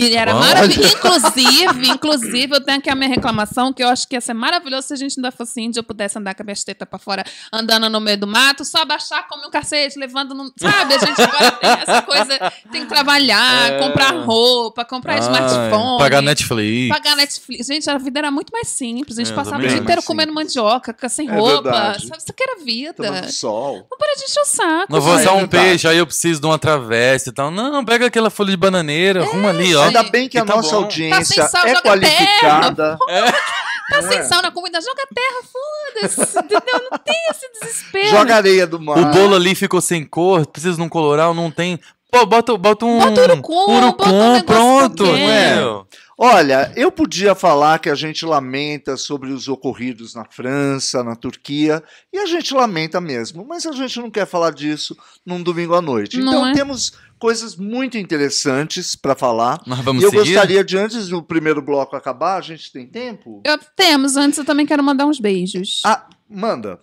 [SPEAKER 3] E era
[SPEAKER 4] Olha.
[SPEAKER 3] maravilhoso. Inclusive, inclusive, eu tenho aqui a minha reclamação, que eu acho que ia ser maravilhoso se a gente ainda fosse índio, eu pudesse andar com a minha teta pra fora, andando no meio do mato, só abaixar, comer um cacete, levando... No... Sabe, a gente agora tem essa coisa, tem que trabalhar,
[SPEAKER 4] É.
[SPEAKER 3] comprar roupa, comprar
[SPEAKER 4] Ai,
[SPEAKER 3] smartphone.
[SPEAKER 4] Pagar Netflix.
[SPEAKER 3] Pagar Netflix. Gente, a vida era muito mais simples. A gente
[SPEAKER 4] É,
[SPEAKER 3] passava o
[SPEAKER 4] também é
[SPEAKER 3] dia
[SPEAKER 4] mais
[SPEAKER 3] inteiro
[SPEAKER 1] simples.
[SPEAKER 3] comendo mandioca, ca- sem
[SPEAKER 1] É
[SPEAKER 3] roupa.
[SPEAKER 1] verdade.
[SPEAKER 3] Sabe, isso que era vida.
[SPEAKER 1] Tomando
[SPEAKER 3] Não
[SPEAKER 1] sol.
[SPEAKER 3] para de encher o saco.
[SPEAKER 4] Não vou
[SPEAKER 1] Ah, é
[SPEAKER 4] usar um
[SPEAKER 1] verdade.
[SPEAKER 4] peixe, aí eu preciso de uma travessa e tal. Não, pega aquela folha de bananeira,
[SPEAKER 3] É,
[SPEAKER 4] arruma ali, ó.
[SPEAKER 3] gente.
[SPEAKER 1] Ainda bem que a
[SPEAKER 4] E tá
[SPEAKER 1] nossa
[SPEAKER 4] bom.
[SPEAKER 1] audiência
[SPEAKER 3] Tá sem sal,
[SPEAKER 1] é
[SPEAKER 3] joga
[SPEAKER 1] qualificada.
[SPEAKER 4] É.
[SPEAKER 3] Tá
[SPEAKER 1] Não
[SPEAKER 3] sem
[SPEAKER 1] é?
[SPEAKER 3] sal na comida, joga terra, foda-se. Entendeu? Não tem esse desespero.
[SPEAKER 1] Joga areia do mar.
[SPEAKER 4] O bolo ali ficou sem cor, precisa de um coloral, não tem. Pô, bota, bota um.
[SPEAKER 3] Bota urucum, bota um negócio
[SPEAKER 4] pronto. É.
[SPEAKER 3] qualquer.
[SPEAKER 1] É.
[SPEAKER 4] entendeu?
[SPEAKER 1] Olha, eu podia falar que a gente lamenta sobre os ocorridos na França, na Turquia, e a gente lamenta mesmo, mas a gente não quer falar disso num domingo à noite.
[SPEAKER 3] Não
[SPEAKER 1] então
[SPEAKER 3] é?
[SPEAKER 1] temos coisas muito interessantes para falar.
[SPEAKER 4] Nós vamos
[SPEAKER 1] e eu
[SPEAKER 4] seguir.
[SPEAKER 1] gostaria de, antes do primeiro bloco acabar, a gente tem tempo?
[SPEAKER 3] Eu- temos, antes eu também quero mandar uns beijos.
[SPEAKER 1] Ah, manda.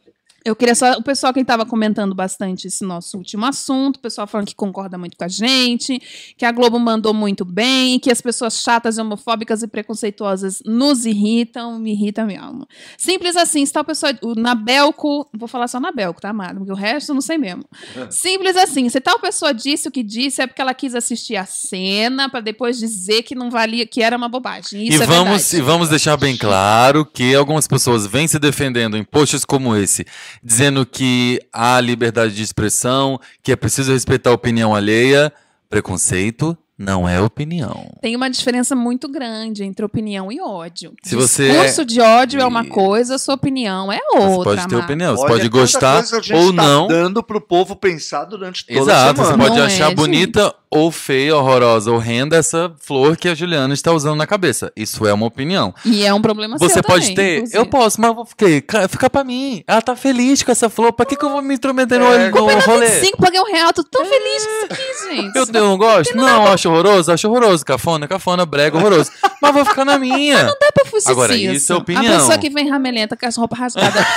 [SPEAKER 3] Eu queria só. O pessoal que estava comentando bastante esse nosso último assunto, o pessoal falando que concorda muito com a gente, que a Globo mandou muito bem, que as pessoas chatas, homofóbicas e preconceituosas nos irritam, me irrita mesmo. Simples assim, está o pessoal. O Nabelco. Vou falar só Nabelco, tá, amado? Porque o resto eu não sei mesmo. Simples assim, se tal pessoa disse o que disse, é porque ela quis assistir a cena para depois dizer que não valia, que era uma bobagem. Isso
[SPEAKER 4] e,
[SPEAKER 3] é
[SPEAKER 4] vamos,
[SPEAKER 3] verdade.
[SPEAKER 4] e vamos deixar bem claro que algumas pessoas vêm se defendendo em posts como esse, dizendo que há liberdade de expressão, que é preciso respeitar a opinião alheia. Preconceito não é opinião.
[SPEAKER 3] Tem uma diferença muito grande entre opinião e ódio.
[SPEAKER 4] Se você
[SPEAKER 3] Discurso de ódio é uma
[SPEAKER 4] Isso.
[SPEAKER 3] coisa, sua opinião é
[SPEAKER 4] Você
[SPEAKER 3] outra.
[SPEAKER 4] pode ter
[SPEAKER 3] amado.
[SPEAKER 4] opinião, você
[SPEAKER 1] Olha
[SPEAKER 4] pode
[SPEAKER 1] quanta
[SPEAKER 4] gostar
[SPEAKER 1] coisa a gente
[SPEAKER 4] ou
[SPEAKER 1] tá
[SPEAKER 4] não.
[SPEAKER 1] dando pro povo pensar durante toda a
[SPEAKER 4] Exato, você
[SPEAKER 1] semana.
[SPEAKER 4] pode
[SPEAKER 3] Não é,
[SPEAKER 4] achar
[SPEAKER 3] gente.
[SPEAKER 4] bonita ou feia, horrorosa, horrenda essa flor que a Juliana está usando na cabeça. Isso é uma opinião.
[SPEAKER 3] E é um problema
[SPEAKER 4] você
[SPEAKER 3] seu
[SPEAKER 4] pode
[SPEAKER 3] também,
[SPEAKER 4] ter,
[SPEAKER 3] inclusive.
[SPEAKER 4] eu posso, mas eu vou ficar, fica pra mim. Ela tá feliz com essa flor, pra que, que eu vou me intrometer no,
[SPEAKER 1] É,
[SPEAKER 4] no rolê?
[SPEAKER 3] 25, paguei um real, tô tão feliz com isso aqui, gente.
[SPEAKER 4] Eu, eu não gosto? Não, acho horroroso, acho horroroso. Cafona, cafona, brega, horroroso. mas vou ficar na minha.
[SPEAKER 3] Dá pra fugir
[SPEAKER 4] Agora,
[SPEAKER 3] disso.
[SPEAKER 4] isso é opinião.
[SPEAKER 3] A pessoa que vem ramelenta com as roupas rasgadas.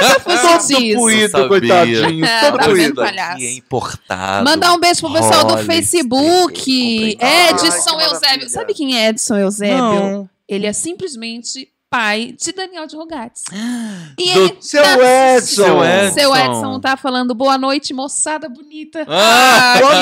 [SPEAKER 3] Dá pra
[SPEAKER 1] Todo
[SPEAKER 3] fugir disso.
[SPEAKER 1] puído,
[SPEAKER 4] Sabia.
[SPEAKER 1] coitadinho.
[SPEAKER 3] É,
[SPEAKER 1] todo
[SPEAKER 3] tá vendo,
[SPEAKER 1] puído.
[SPEAKER 3] palhaço?
[SPEAKER 4] E é importado.
[SPEAKER 3] Mandar um beijo pro pessoal do
[SPEAKER 4] Olha, isso é complicado.
[SPEAKER 3] Facebook. Edson Eusébio.
[SPEAKER 1] Ai, que maravilha.
[SPEAKER 3] Sabe quem é Edson Eusébio?
[SPEAKER 4] Não.
[SPEAKER 3] Ele é simplesmente pai de Daniel de Rogatis. E
[SPEAKER 4] Do-
[SPEAKER 3] ele
[SPEAKER 1] Seu
[SPEAKER 3] tá-
[SPEAKER 1] Edson.
[SPEAKER 4] Seu Edson.
[SPEAKER 3] Seu Edson tá falando boa noite, moçada bonita.
[SPEAKER 4] Ah,
[SPEAKER 3] que
[SPEAKER 1] Boa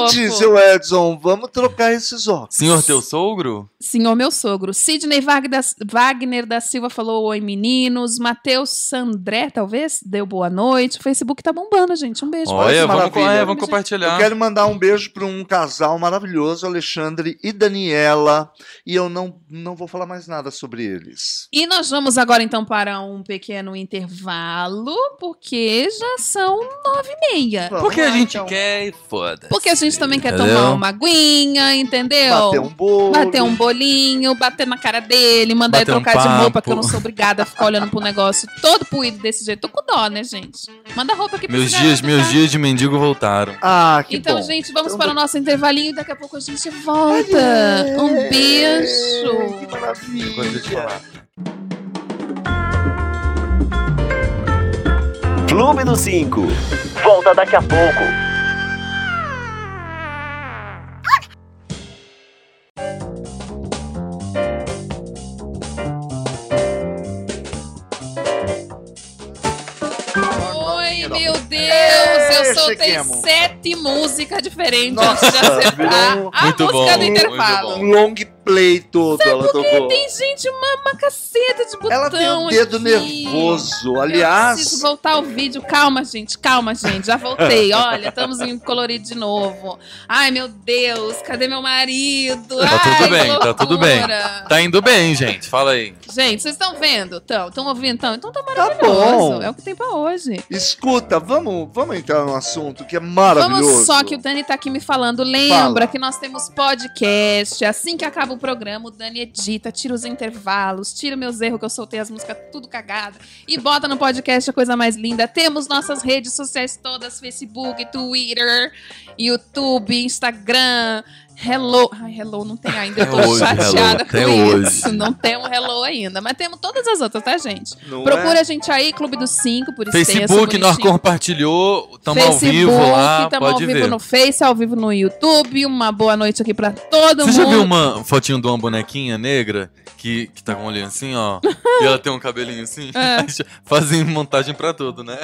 [SPEAKER 1] noite,
[SPEAKER 3] fofo.
[SPEAKER 1] seu Edson. Vamos trocar esses óculos.
[SPEAKER 4] Senhor teu sogro?
[SPEAKER 3] Senhor meu sogro. Sidney Wagner da, Wagner da Silva falou oi, meninos. Matheus Sandré, talvez, deu boa noite. O Facebook tá bombando, gente. Um beijo.
[SPEAKER 1] Olha que
[SPEAKER 4] Olha, vamos, co-
[SPEAKER 1] maravilha.
[SPEAKER 4] é, vamos
[SPEAKER 1] Eu
[SPEAKER 4] compartilhar.
[SPEAKER 1] quero mandar um beijo para um casal maravilhoso, Alexandre e Daniela, e eu não, não vou falar mais nada sobre eles.
[SPEAKER 3] E nós vamos agora, então, para um pequeno intervalo, porque já são nove e meia.
[SPEAKER 1] Vamos
[SPEAKER 4] Porque a
[SPEAKER 1] lá,
[SPEAKER 4] gente
[SPEAKER 1] então.
[SPEAKER 4] quer e foda-se.
[SPEAKER 3] Porque a gente também quer
[SPEAKER 4] Entendeu?
[SPEAKER 3] tomar uma aguinha, entendeu?
[SPEAKER 1] Bater um bolo.
[SPEAKER 3] Bater um bolinho, bater na cara dele, mandar
[SPEAKER 4] Bater
[SPEAKER 3] ele
[SPEAKER 4] um
[SPEAKER 3] trocar de roupa,
[SPEAKER 4] papo.
[SPEAKER 3] que eu não sou obrigada a ficar olhando pro negócio todo puído desse jeito. Tô com dó, né, gente? Manda roupa aqui pra
[SPEAKER 4] Meus
[SPEAKER 3] esse
[SPEAKER 4] dias,
[SPEAKER 3] garoto,
[SPEAKER 4] meus
[SPEAKER 3] tá?
[SPEAKER 4] dias de mendigo voltaram.
[SPEAKER 1] Ah, que
[SPEAKER 3] Então,
[SPEAKER 1] bom.
[SPEAKER 3] gente, vamos
[SPEAKER 1] Então,
[SPEAKER 3] para o nosso intervalinho e daqui a pouco a gente volta. Um
[SPEAKER 1] Que
[SPEAKER 3] beijo.
[SPEAKER 4] Coisa de
[SPEAKER 1] maravilha.
[SPEAKER 4] falar.
[SPEAKER 2] Clube do 5. Volta daqui a pouco.
[SPEAKER 3] Oi, meu Deus! Eu soltei
[SPEAKER 1] Chequemos.
[SPEAKER 3] sete músicas diferentes
[SPEAKER 1] Nossa,
[SPEAKER 3] antes de acertar
[SPEAKER 1] virou
[SPEAKER 3] a
[SPEAKER 4] muito
[SPEAKER 3] música
[SPEAKER 4] bom,
[SPEAKER 3] do
[SPEAKER 4] muito
[SPEAKER 3] intervalo.
[SPEAKER 4] bom.
[SPEAKER 1] Um long play todo ela tocou.
[SPEAKER 3] Tem gente, uma, uma caceta de botão
[SPEAKER 1] Ela tem o dedo
[SPEAKER 3] aqui.
[SPEAKER 1] nervoso.
[SPEAKER 3] Eu preciso
[SPEAKER 1] Aliás,
[SPEAKER 3] voltar ao vídeo. Calma, gente, calma, gente. Já voltei. Olha, estamos em colorido de novo. Ai, meu Deus, cadê meu marido?
[SPEAKER 4] Tá
[SPEAKER 3] Ai,
[SPEAKER 4] tudo
[SPEAKER 3] que
[SPEAKER 4] bem, tá tudo
[SPEAKER 3] loucura.
[SPEAKER 4] bem. Tá indo bem, gente. Fala aí.
[SPEAKER 3] Gente, vocês estão vendo? Estão, estão ouvindo? Estão, então tá
[SPEAKER 1] Tá
[SPEAKER 3] maravilhoso.
[SPEAKER 1] bom.
[SPEAKER 3] é o que tem pra hoje.
[SPEAKER 1] escuta, vamos, vamos entrar num assunto que é maravilhoso.
[SPEAKER 3] Vamos só que o Dani tá aqui me falando. Lembra
[SPEAKER 1] Fala.
[SPEAKER 3] que nós temos podcast. Assim que acaba o programa, o Dani edita, tira os intervalos, tira meus erros que eu soltei as músicas tudo cagada e bota no podcast a coisa mais linda. Temos nossas redes sociais todas: Facebook, Twitter, YouTube, Instagram. Hello. Ai, hello não tem ainda. Eu tô
[SPEAKER 4] Até hoje, hello.
[SPEAKER 3] chateada com
[SPEAKER 4] Até
[SPEAKER 3] isso.
[SPEAKER 4] hoje.
[SPEAKER 3] Não tem um hello ainda. Mas temos todas as outras, tá, gente?
[SPEAKER 1] Não
[SPEAKER 3] Procura
[SPEAKER 1] é?
[SPEAKER 3] a gente aí, Clube dos Cinco, por extenso.
[SPEAKER 4] Facebook, nós
[SPEAKER 3] bonitinho.
[SPEAKER 4] compartilhou. Tamo ao
[SPEAKER 3] Facebook,
[SPEAKER 4] vivo lá.
[SPEAKER 3] tamo ao
[SPEAKER 4] Pode
[SPEAKER 3] vivo
[SPEAKER 4] ver.
[SPEAKER 3] no Face, ao vivo no YouTube. Uma boa noite aqui pra todo
[SPEAKER 4] Você já
[SPEAKER 3] mundo.
[SPEAKER 4] viu um- uma fotinho de uma bonequinha negra que, que tá com um olhinho assim, ó? e ela tem um cabelinho assim?
[SPEAKER 3] É.
[SPEAKER 4] Aí já Fazem montagem pra tudo, né?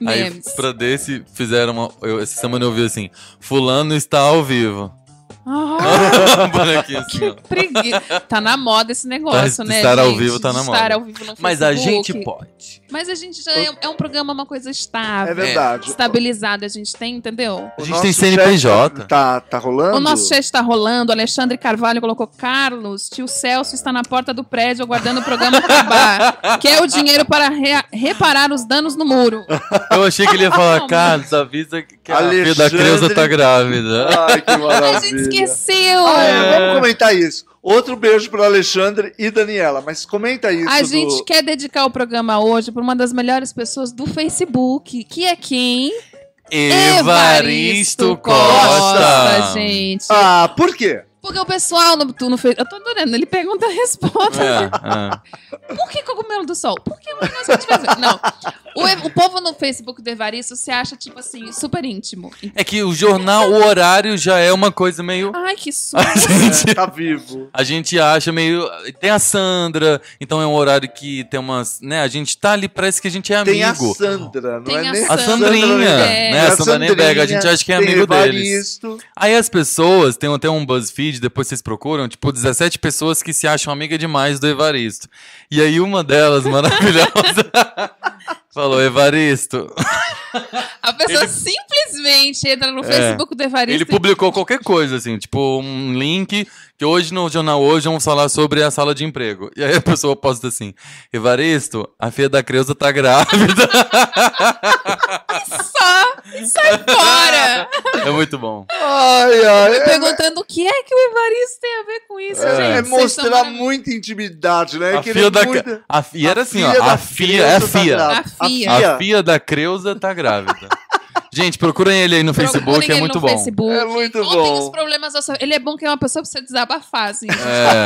[SPEAKER 3] Memes.
[SPEAKER 4] Aí pra desse fizeram uma. eu- essa semana eu vi assim: Fulano está ao vivo.
[SPEAKER 3] Ah,
[SPEAKER 4] bonequinho assim,
[SPEAKER 3] que
[SPEAKER 4] ó.
[SPEAKER 3] preguiça. Tá na moda esse negócio,
[SPEAKER 4] Tá-
[SPEAKER 3] né?
[SPEAKER 4] estar ao
[SPEAKER 3] gente?
[SPEAKER 4] vivo tá na
[SPEAKER 3] De
[SPEAKER 4] moda.
[SPEAKER 3] Estar ao vivo no
[SPEAKER 4] Mas a
[SPEAKER 3] Facebook.
[SPEAKER 4] gente pode.
[SPEAKER 3] Mas a gente já é, é um programa, uma coisa
[SPEAKER 1] É
[SPEAKER 3] estável.
[SPEAKER 1] verdade.
[SPEAKER 3] Estabilizada a gente tem, entendeu?
[SPEAKER 4] A
[SPEAKER 1] O
[SPEAKER 4] gente
[SPEAKER 1] nosso
[SPEAKER 4] tem
[SPEAKER 1] chat
[SPEAKER 4] CNPJ.
[SPEAKER 1] Tá, tá rolando?
[SPEAKER 3] O nosso chat está rolando. Alexandre Carvalho colocou Carlos. Tio Celso está na porta do prédio aguardando o programa acabar. Quer o dinheiro para rea- reparar os danos no muro.
[SPEAKER 4] Eu achei que ele ia falar,
[SPEAKER 3] Não,
[SPEAKER 4] Carlos, avisa que a filha da
[SPEAKER 1] Alexandre-
[SPEAKER 4] Creuza tá grávida.
[SPEAKER 1] Ai, que maravilha.
[SPEAKER 3] A gente esqueceu.
[SPEAKER 1] Ah, é, vamos comentar isso. Outro beijo para Alexandre e Daniela, mas comenta isso.
[SPEAKER 3] A
[SPEAKER 1] do-
[SPEAKER 3] gente quer dedicar o programa hoje para uma das melhores pessoas do Facebook, que é quem?
[SPEAKER 4] Evaristo
[SPEAKER 1] Costa.
[SPEAKER 4] Costa.
[SPEAKER 3] gente.
[SPEAKER 1] Ah, por quê?
[SPEAKER 3] Porque o pessoal no, tu- no Facebook. Eu tô adorando, ele pergunta e responde.
[SPEAKER 4] É,
[SPEAKER 3] Por que cogumelo do sol? Por que o negócio de fazer? Não. O, Ev- o povo no Facebook do Evaristo se acha, tipo assim, super íntimo.
[SPEAKER 4] é. É que o jornal, o horário já é uma coisa meio.
[SPEAKER 3] Ai, que susto.
[SPEAKER 4] A gente
[SPEAKER 1] É, tá vivo.
[SPEAKER 4] A gente acha meio. Tem a Sandra, então é um horário que tem umas. Né, a gente tá ali, parece que a gente é
[SPEAKER 1] Tem a
[SPEAKER 4] amigo.
[SPEAKER 1] Sandra, não
[SPEAKER 3] Tem
[SPEAKER 1] é
[SPEAKER 3] a
[SPEAKER 1] nem
[SPEAKER 4] A Sandrinha,
[SPEAKER 3] É.
[SPEAKER 4] né? A
[SPEAKER 1] Tem
[SPEAKER 4] Sandra nem
[SPEAKER 1] Sandrinha,
[SPEAKER 4] pega, a gente acha que é
[SPEAKER 1] tem
[SPEAKER 4] amigo deles.
[SPEAKER 1] Evaristo.
[SPEAKER 4] Aí as pessoas, tem até um BuzzFeed, depois vocês procuram, tipo, 17 pessoas que se acham amiga demais do Evaristo. E aí uma delas, maravilhosa, falou: Evaristo,
[SPEAKER 3] A pessoa simplesmente entra no
[SPEAKER 4] É.
[SPEAKER 3] Facebook do Evaristo.
[SPEAKER 4] Ele
[SPEAKER 3] e-
[SPEAKER 4] publicou qualquer coisa, assim, tipo um link que hoje no jornal hoje vamos falar sobre a sala de emprego. E aí a pessoa posta assim: Evaristo, a filha da Creuza tá grávida.
[SPEAKER 3] Só e sai fora.
[SPEAKER 4] é muito bom.
[SPEAKER 1] Ai, ai. é-
[SPEAKER 3] Perguntando o que é que o Evaristo tem a ver com isso,
[SPEAKER 1] É,
[SPEAKER 3] gente.
[SPEAKER 1] é
[SPEAKER 3] Vocês são
[SPEAKER 1] mostrar
[SPEAKER 3] maravilhosos.
[SPEAKER 1] muita intimidade, né?
[SPEAKER 4] a
[SPEAKER 1] Querer
[SPEAKER 4] filha da.
[SPEAKER 1] muita-
[SPEAKER 4] Cre- a fi- e era assim, ó.
[SPEAKER 1] da
[SPEAKER 4] A filha. É a
[SPEAKER 1] Creuza tá
[SPEAKER 4] filha.
[SPEAKER 1] grávida.
[SPEAKER 3] A filha.
[SPEAKER 4] A filha da Creuza tá grávida. Gente, procurem ele aí no Facebook,
[SPEAKER 3] Procurem
[SPEAKER 4] é
[SPEAKER 3] ele
[SPEAKER 4] muito
[SPEAKER 3] no
[SPEAKER 4] bom.
[SPEAKER 3] Facebook.
[SPEAKER 1] É muito
[SPEAKER 3] Contem
[SPEAKER 1] bom.
[SPEAKER 3] os problemas da sua- Ele é bom que é uma pessoa pra você desabafar, assim.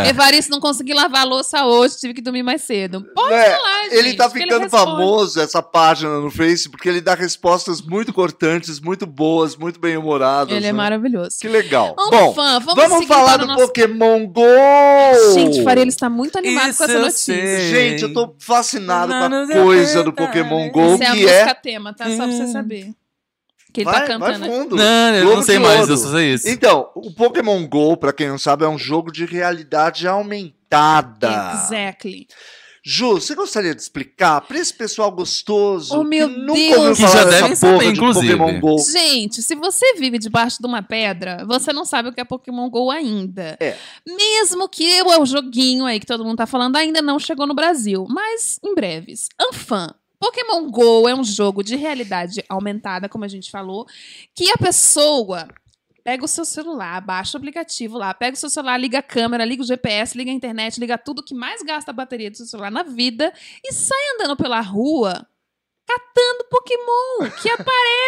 [SPEAKER 4] É.
[SPEAKER 3] Evaristo, não consegui lavar a louça hoje, tive que dormir mais cedo. Pode
[SPEAKER 1] Né?
[SPEAKER 3] falar, gente.
[SPEAKER 1] Ele tá
[SPEAKER 3] que
[SPEAKER 1] ficando
[SPEAKER 3] responde.
[SPEAKER 1] famoso, essa página no Face, porque ele dá respostas muito cortantes, muito boas, muito bem-humoradas.
[SPEAKER 3] Ele é
[SPEAKER 1] né?
[SPEAKER 3] maravilhoso.
[SPEAKER 1] Que legal.
[SPEAKER 3] Um
[SPEAKER 1] Bom,
[SPEAKER 3] fã, vamos,
[SPEAKER 1] vamos,
[SPEAKER 3] seguir
[SPEAKER 1] falar
[SPEAKER 3] para
[SPEAKER 1] do
[SPEAKER 3] o nosso...
[SPEAKER 1] Pokémon GO!
[SPEAKER 3] Gente, Farelli está muito animado com
[SPEAKER 4] Isso
[SPEAKER 3] essa
[SPEAKER 4] eu
[SPEAKER 3] notícia. é
[SPEAKER 4] sei.
[SPEAKER 1] Gente, eu tô fascinado com
[SPEAKER 4] Não,
[SPEAKER 1] a
[SPEAKER 4] não, não,
[SPEAKER 1] coisa do
[SPEAKER 4] não,
[SPEAKER 1] Pokémon
[SPEAKER 4] não.
[SPEAKER 1] GO,
[SPEAKER 3] Isso é a
[SPEAKER 1] que
[SPEAKER 3] música
[SPEAKER 1] é...
[SPEAKER 3] tema, tá? Só pra você saber. Que ele tá
[SPEAKER 1] vai, vai
[SPEAKER 3] cantando.
[SPEAKER 1] fundo.
[SPEAKER 4] Não, eu
[SPEAKER 1] Globo
[SPEAKER 4] não sei
[SPEAKER 1] de
[SPEAKER 4] mais,
[SPEAKER 1] Ouro.
[SPEAKER 4] eu só sei isso.
[SPEAKER 1] Então, o Pokémon GO, pra quem não sabe, é um jogo de realidade aumentada.
[SPEAKER 3] Exactly.
[SPEAKER 1] Ju, você gostaria de explicar pra esse pessoal gostoso
[SPEAKER 3] Oh, meu
[SPEAKER 1] que nunca
[SPEAKER 3] Deus.
[SPEAKER 1] ouviu
[SPEAKER 3] Que
[SPEAKER 1] falar
[SPEAKER 4] já
[SPEAKER 1] dessa
[SPEAKER 4] devem
[SPEAKER 1] porra
[SPEAKER 4] saber,
[SPEAKER 1] de
[SPEAKER 4] inclusive.
[SPEAKER 1] Pokémon GO?
[SPEAKER 3] Gente, se você vive debaixo de uma pedra, você não sabe o que é Pokémon GO ainda.
[SPEAKER 1] É.
[SPEAKER 3] Mesmo que é o joguinho aí que todo mundo tá falando, ainda não chegou no Brasil. Mas em breves. Anfan. Pokémon GO é um jogo de realidade aumentada, como a gente falou, que a pessoa pega o seu celular, baixa o aplicativo lá, pega o seu celular, liga a câmera, liga o GPS, liga a internet, liga tudo que mais gasta a bateria do seu celular na vida e sai andando pela rua catando Pokémon que aparece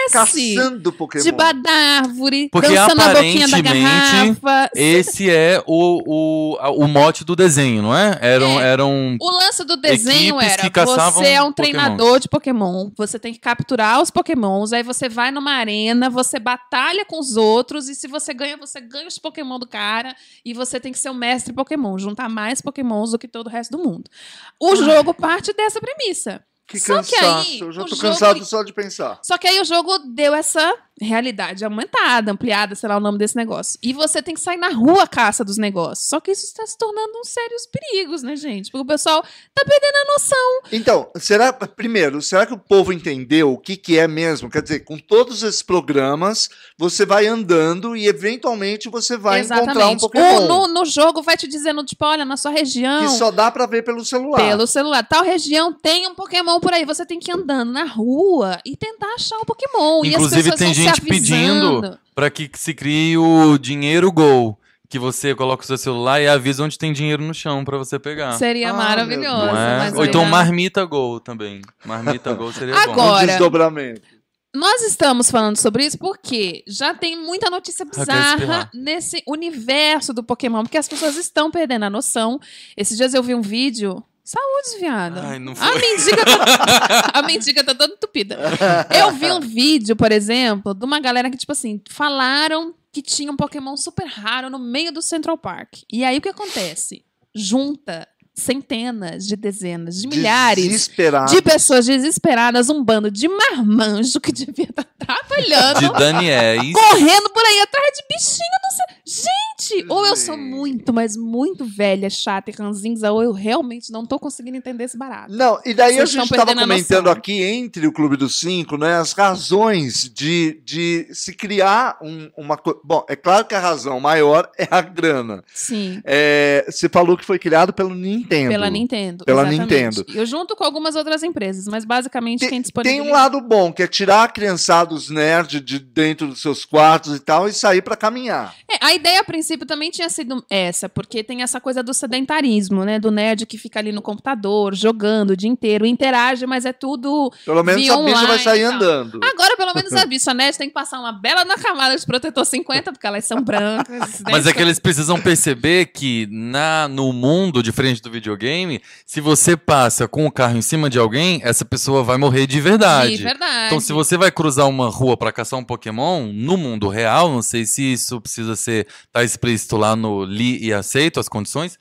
[SPEAKER 1] Caçando Pokémon.
[SPEAKER 3] debaixo da árvore,
[SPEAKER 4] Porque
[SPEAKER 3] dançando a boquinha da
[SPEAKER 4] aparentemente,
[SPEAKER 3] garrafa.
[SPEAKER 4] Esse é o, o, a- o mote do desenho, não é? Eram,
[SPEAKER 3] É.
[SPEAKER 4] eram
[SPEAKER 3] O lance do desenho
[SPEAKER 4] Equipes
[SPEAKER 3] era:
[SPEAKER 4] que caçavam
[SPEAKER 3] você é um
[SPEAKER 4] Pokémons.
[SPEAKER 3] treinador de Pokémon, você tem que capturar os Pokémons, aí você vai numa arena, você batalha com os outros, e se você ganha, você ganha os Pokémon do cara, e você tem que ser um mestre Pokémon, juntar mais Pokémons do que todo o resto do mundo.
[SPEAKER 1] Ah.
[SPEAKER 3] O jogo parte dessa premissa.
[SPEAKER 1] Que
[SPEAKER 3] Só que
[SPEAKER 1] cansaço.
[SPEAKER 3] aí,
[SPEAKER 1] eu já
[SPEAKER 3] o
[SPEAKER 1] tô
[SPEAKER 3] jogo-
[SPEAKER 1] cansado só de pensar.
[SPEAKER 3] Só que aí o jogo deu essa realidade aumentada, ampliada, sei lá o nome desse negócio. E você tem que sair na rua à caça dos negócios. Só que isso está se tornando uns sérios perigos, né, gente? Porque o pessoal tá perdendo a noção.
[SPEAKER 1] Então, será primeiro, será que o povo entendeu o que, que é mesmo? Quer dizer, com todos esses programas, você vai andando e eventualmente você vai encontrar um Pokémon
[SPEAKER 3] O- no, no jogo vai te dizendo, tipo, olha, na sua região.
[SPEAKER 1] que só dá pra ver pelo celular.
[SPEAKER 3] Pelo celular. Tal região tem um Pokémon por aí. Você tem que ir andando na rua e tentar achar o Pokémon. e as
[SPEAKER 4] Inclusive,
[SPEAKER 3] pessoas
[SPEAKER 4] tem
[SPEAKER 3] vão
[SPEAKER 4] gente
[SPEAKER 3] se
[SPEAKER 4] pedindo
[SPEAKER 3] avisando.
[SPEAKER 4] para que se crie o dinheiro gol. Que você coloca o seu celular e avisa onde tem dinheiro no chão pra você pegar.
[SPEAKER 3] Seria
[SPEAKER 1] Ah,
[SPEAKER 3] maravilhoso.
[SPEAKER 4] Não é?
[SPEAKER 3] mas
[SPEAKER 4] Ou então
[SPEAKER 3] ainda-
[SPEAKER 4] marmita gol também. Marmita gol seria
[SPEAKER 1] Um
[SPEAKER 3] Agora-
[SPEAKER 1] desdobramento.
[SPEAKER 3] Nós estamos falando sobre isso porque já tem muita notícia
[SPEAKER 4] Ah, quero
[SPEAKER 3] bizarra
[SPEAKER 4] espirrar.
[SPEAKER 3] nesse universo do Pokémon, porque as pessoas estão perdendo a noção. Esses dias eu vi um vídeo. Saúde, viado.
[SPEAKER 4] Ai, não
[SPEAKER 3] a
[SPEAKER 4] foi.
[SPEAKER 3] mendiga tá, a mendiga tá toda entupida. Eu vi um vídeo, por exemplo, de uma galera que, tipo assim, falaram que tinha um Pokémon super raro no meio do Central Park. E aí o que acontece? Junta centenas de dezenas, de milhares
[SPEAKER 1] Desesperado.
[SPEAKER 3] de pessoas desesperadas, um bando de marmanjo que devia estar
[SPEAKER 4] bom.
[SPEAKER 3] trabalhando,
[SPEAKER 4] De Daniéis.
[SPEAKER 3] correndo por aí atrás de bichinho do céu. Gente, ou eu sou
[SPEAKER 1] Gente.
[SPEAKER 3] muito, mas muito velha, chata e ranzinza, ou eu realmente não tô conseguindo entender esse barato.
[SPEAKER 1] Não, e daí
[SPEAKER 3] Vocês
[SPEAKER 1] a
[SPEAKER 3] estão
[SPEAKER 1] gente estava
[SPEAKER 3] perdendo a
[SPEAKER 1] comentando
[SPEAKER 3] noção.
[SPEAKER 1] aqui entre o Clube dos Cinco, né, as razões de, de se criar um- uma coisa. Bom, é claro que a razão maior é a grana.
[SPEAKER 3] Sim.
[SPEAKER 1] É, você falou que foi criado pelo Nintendo.
[SPEAKER 3] Pela Nintendo.
[SPEAKER 1] Pela
[SPEAKER 3] exatamente.
[SPEAKER 1] Nintendo.
[SPEAKER 3] Eu junto com algumas outras empresas, mas basicamente
[SPEAKER 1] Tem-
[SPEAKER 3] quem
[SPEAKER 1] Tem
[SPEAKER 3] disponibiliza.
[SPEAKER 1] um lado bom, que é tirar a criançada, os nerds de dentro dos seus quartos e tal, e sair pra caminhar.
[SPEAKER 3] É, a ideia a princípio também tinha sido essa, porque tem essa coisa do sedentarismo, né? Do nerd que fica ali no computador, jogando o dia inteiro, interage, mas é tudo
[SPEAKER 1] Pelo menos
[SPEAKER 3] Vi
[SPEAKER 1] a bicha vai
[SPEAKER 3] online
[SPEAKER 1] sair
[SPEAKER 3] e tal. Ah,
[SPEAKER 1] andando.
[SPEAKER 3] Agora, pelo menos, a bicha nerd tem que passar uma bela na camada de protetor 50, porque elas são brancas. né?
[SPEAKER 4] Mas é que eles precisam perceber que na, no mundo, diferente do videogame, se você passa com o carro em cima de alguém, essa pessoa vai morrer de é verdade.
[SPEAKER 3] De verdade.
[SPEAKER 4] Então, se você vai cruzar uma rua pra caçar um Pokémon, no mundo real, não sei se isso precisa ser, tá explícito lá no li e aceito as condições,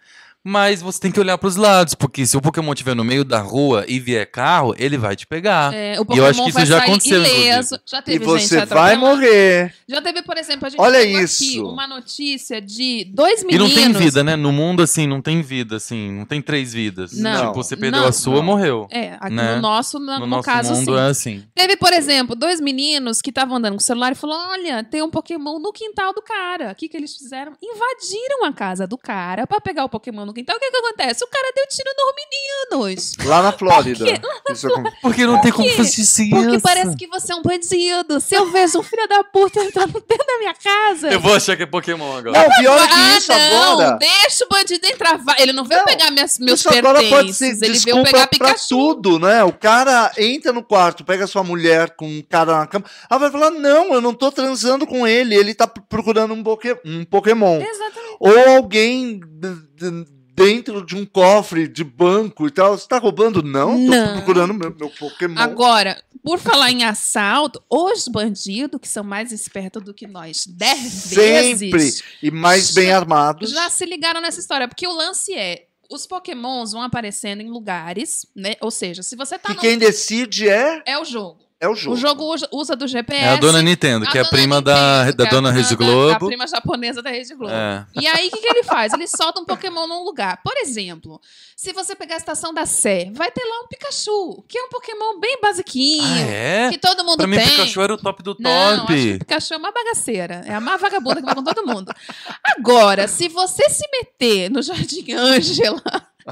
[SPEAKER 4] mas você tem que olhar pros lados, porque se o Pokémon estiver no meio da rua e vier carro, ele vai te pegar.
[SPEAKER 3] É, o
[SPEAKER 4] E eu acho
[SPEAKER 3] Pokémon
[SPEAKER 4] que isso
[SPEAKER 3] vai
[SPEAKER 4] já
[SPEAKER 3] sair
[SPEAKER 4] aconteceu,
[SPEAKER 3] ileso. Já
[SPEAKER 1] E
[SPEAKER 3] teve
[SPEAKER 1] você
[SPEAKER 3] gente
[SPEAKER 1] vai
[SPEAKER 3] atropelada.
[SPEAKER 1] morrer.
[SPEAKER 3] Já teve, por exemplo, a gente
[SPEAKER 1] Olha
[SPEAKER 3] pegou aqui
[SPEAKER 1] isso.
[SPEAKER 3] uma notícia de dois
[SPEAKER 4] E não
[SPEAKER 3] meninos.
[SPEAKER 4] tem vida, né? No mundo, assim, não tem vida, assim, não tem três vidas.
[SPEAKER 3] Não.
[SPEAKER 4] Tipo, você perdeu
[SPEAKER 3] Não,
[SPEAKER 4] a sua,
[SPEAKER 1] não.
[SPEAKER 4] morreu.
[SPEAKER 3] É, aqui
[SPEAKER 4] Né?
[SPEAKER 3] no nosso, na-
[SPEAKER 4] no,
[SPEAKER 3] no,
[SPEAKER 4] nosso
[SPEAKER 3] caso,
[SPEAKER 4] mundo
[SPEAKER 3] sim.
[SPEAKER 4] é assim.
[SPEAKER 3] Teve, por exemplo, dois meninos que estavam andando com o celular e falou: Olha, tem um Pokémon no quintal do cara. O que, que eles fizeram? Invadiram a casa do cara pra pegar o Pokémon no quintal. O que, que acontece? O cara deu tiro nos meninos.
[SPEAKER 1] Lá na Flórida.
[SPEAKER 3] quê?
[SPEAKER 1] Isso é acon-
[SPEAKER 4] Porque não tem como
[SPEAKER 3] quê?
[SPEAKER 4] fazer isso.
[SPEAKER 3] Porque parece que você é um bandido. Se eu vejo um filho da puta entrando dentro da minha casa.
[SPEAKER 4] Eu vou achar que é Pokémon agora.
[SPEAKER 1] Não, pior é
[SPEAKER 3] Ah,
[SPEAKER 1] que isso
[SPEAKER 3] não,
[SPEAKER 1] agora.
[SPEAKER 3] deixa o bandido entrar. Vai- Ele não veio
[SPEAKER 1] Não,
[SPEAKER 3] pegar minhas, meus
[SPEAKER 1] Isso agora pode
[SPEAKER 3] pertences.
[SPEAKER 1] ser
[SPEAKER 3] Ele veio pegar
[SPEAKER 1] desculpa pra
[SPEAKER 3] Pikachu.
[SPEAKER 1] tudo, né? O cara entra no quarto, pega sua mulher com um cara na cama, ela vai falar, não, eu não tô transando com ele, ele tá p- procurando um, poké- um Pokémon.
[SPEAKER 3] Exatamente.
[SPEAKER 1] Ou alguém d- d- dentro de um cofre de banco e tal, você tá roubando? Não,
[SPEAKER 3] Não.
[SPEAKER 1] tô procurando meu, meu Pokémon.
[SPEAKER 3] Agora, por falar em assalto, os bandidos, que são mais espertos do que nós, dez
[SPEAKER 1] Sempre.
[SPEAKER 3] vezes,
[SPEAKER 1] E mais bem armados.
[SPEAKER 3] já se ligaram nessa história. Porque o lance é, os pokémons vão aparecendo em lugares, né? Ou seja, se você tá
[SPEAKER 1] E
[SPEAKER 3] num
[SPEAKER 1] quem decide é...
[SPEAKER 3] É o jogo.
[SPEAKER 1] É o jogo.
[SPEAKER 3] O jogo usa- usa do GPS.
[SPEAKER 4] É a dona Nintendo, que é a
[SPEAKER 3] dona
[SPEAKER 4] prima da,
[SPEAKER 3] Nintendo,
[SPEAKER 4] da
[SPEAKER 3] que é a
[SPEAKER 4] dona Rede
[SPEAKER 3] da- A
[SPEAKER 4] Globo.
[SPEAKER 3] prima japonesa da Rede Globo.
[SPEAKER 4] É.
[SPEAKER 3] E aí, o que, que ele faz? Ele solta um Pokémon num lugar. Por exemplo, se você pegar a estação da Sé, vai ter lá um Pikachu, que é um Pokémon bem basiquinho,
[SPEAKER 4] Ah, é?
[SPEAKER 3] que todo mundo
[SPEAKER 4] Pra mim,
[SPEAKER 3] tem.
[SPEAKER 4] Pikachu era o top do
[SPEAKER 3] Não, acho que
[SPEAKER 4] top.
[SPEAKER 3] o Pikachu é uma bagaceira. É a má vagabunda que vai com todo mundo. Agora, se você se meter no Jardim Ângela,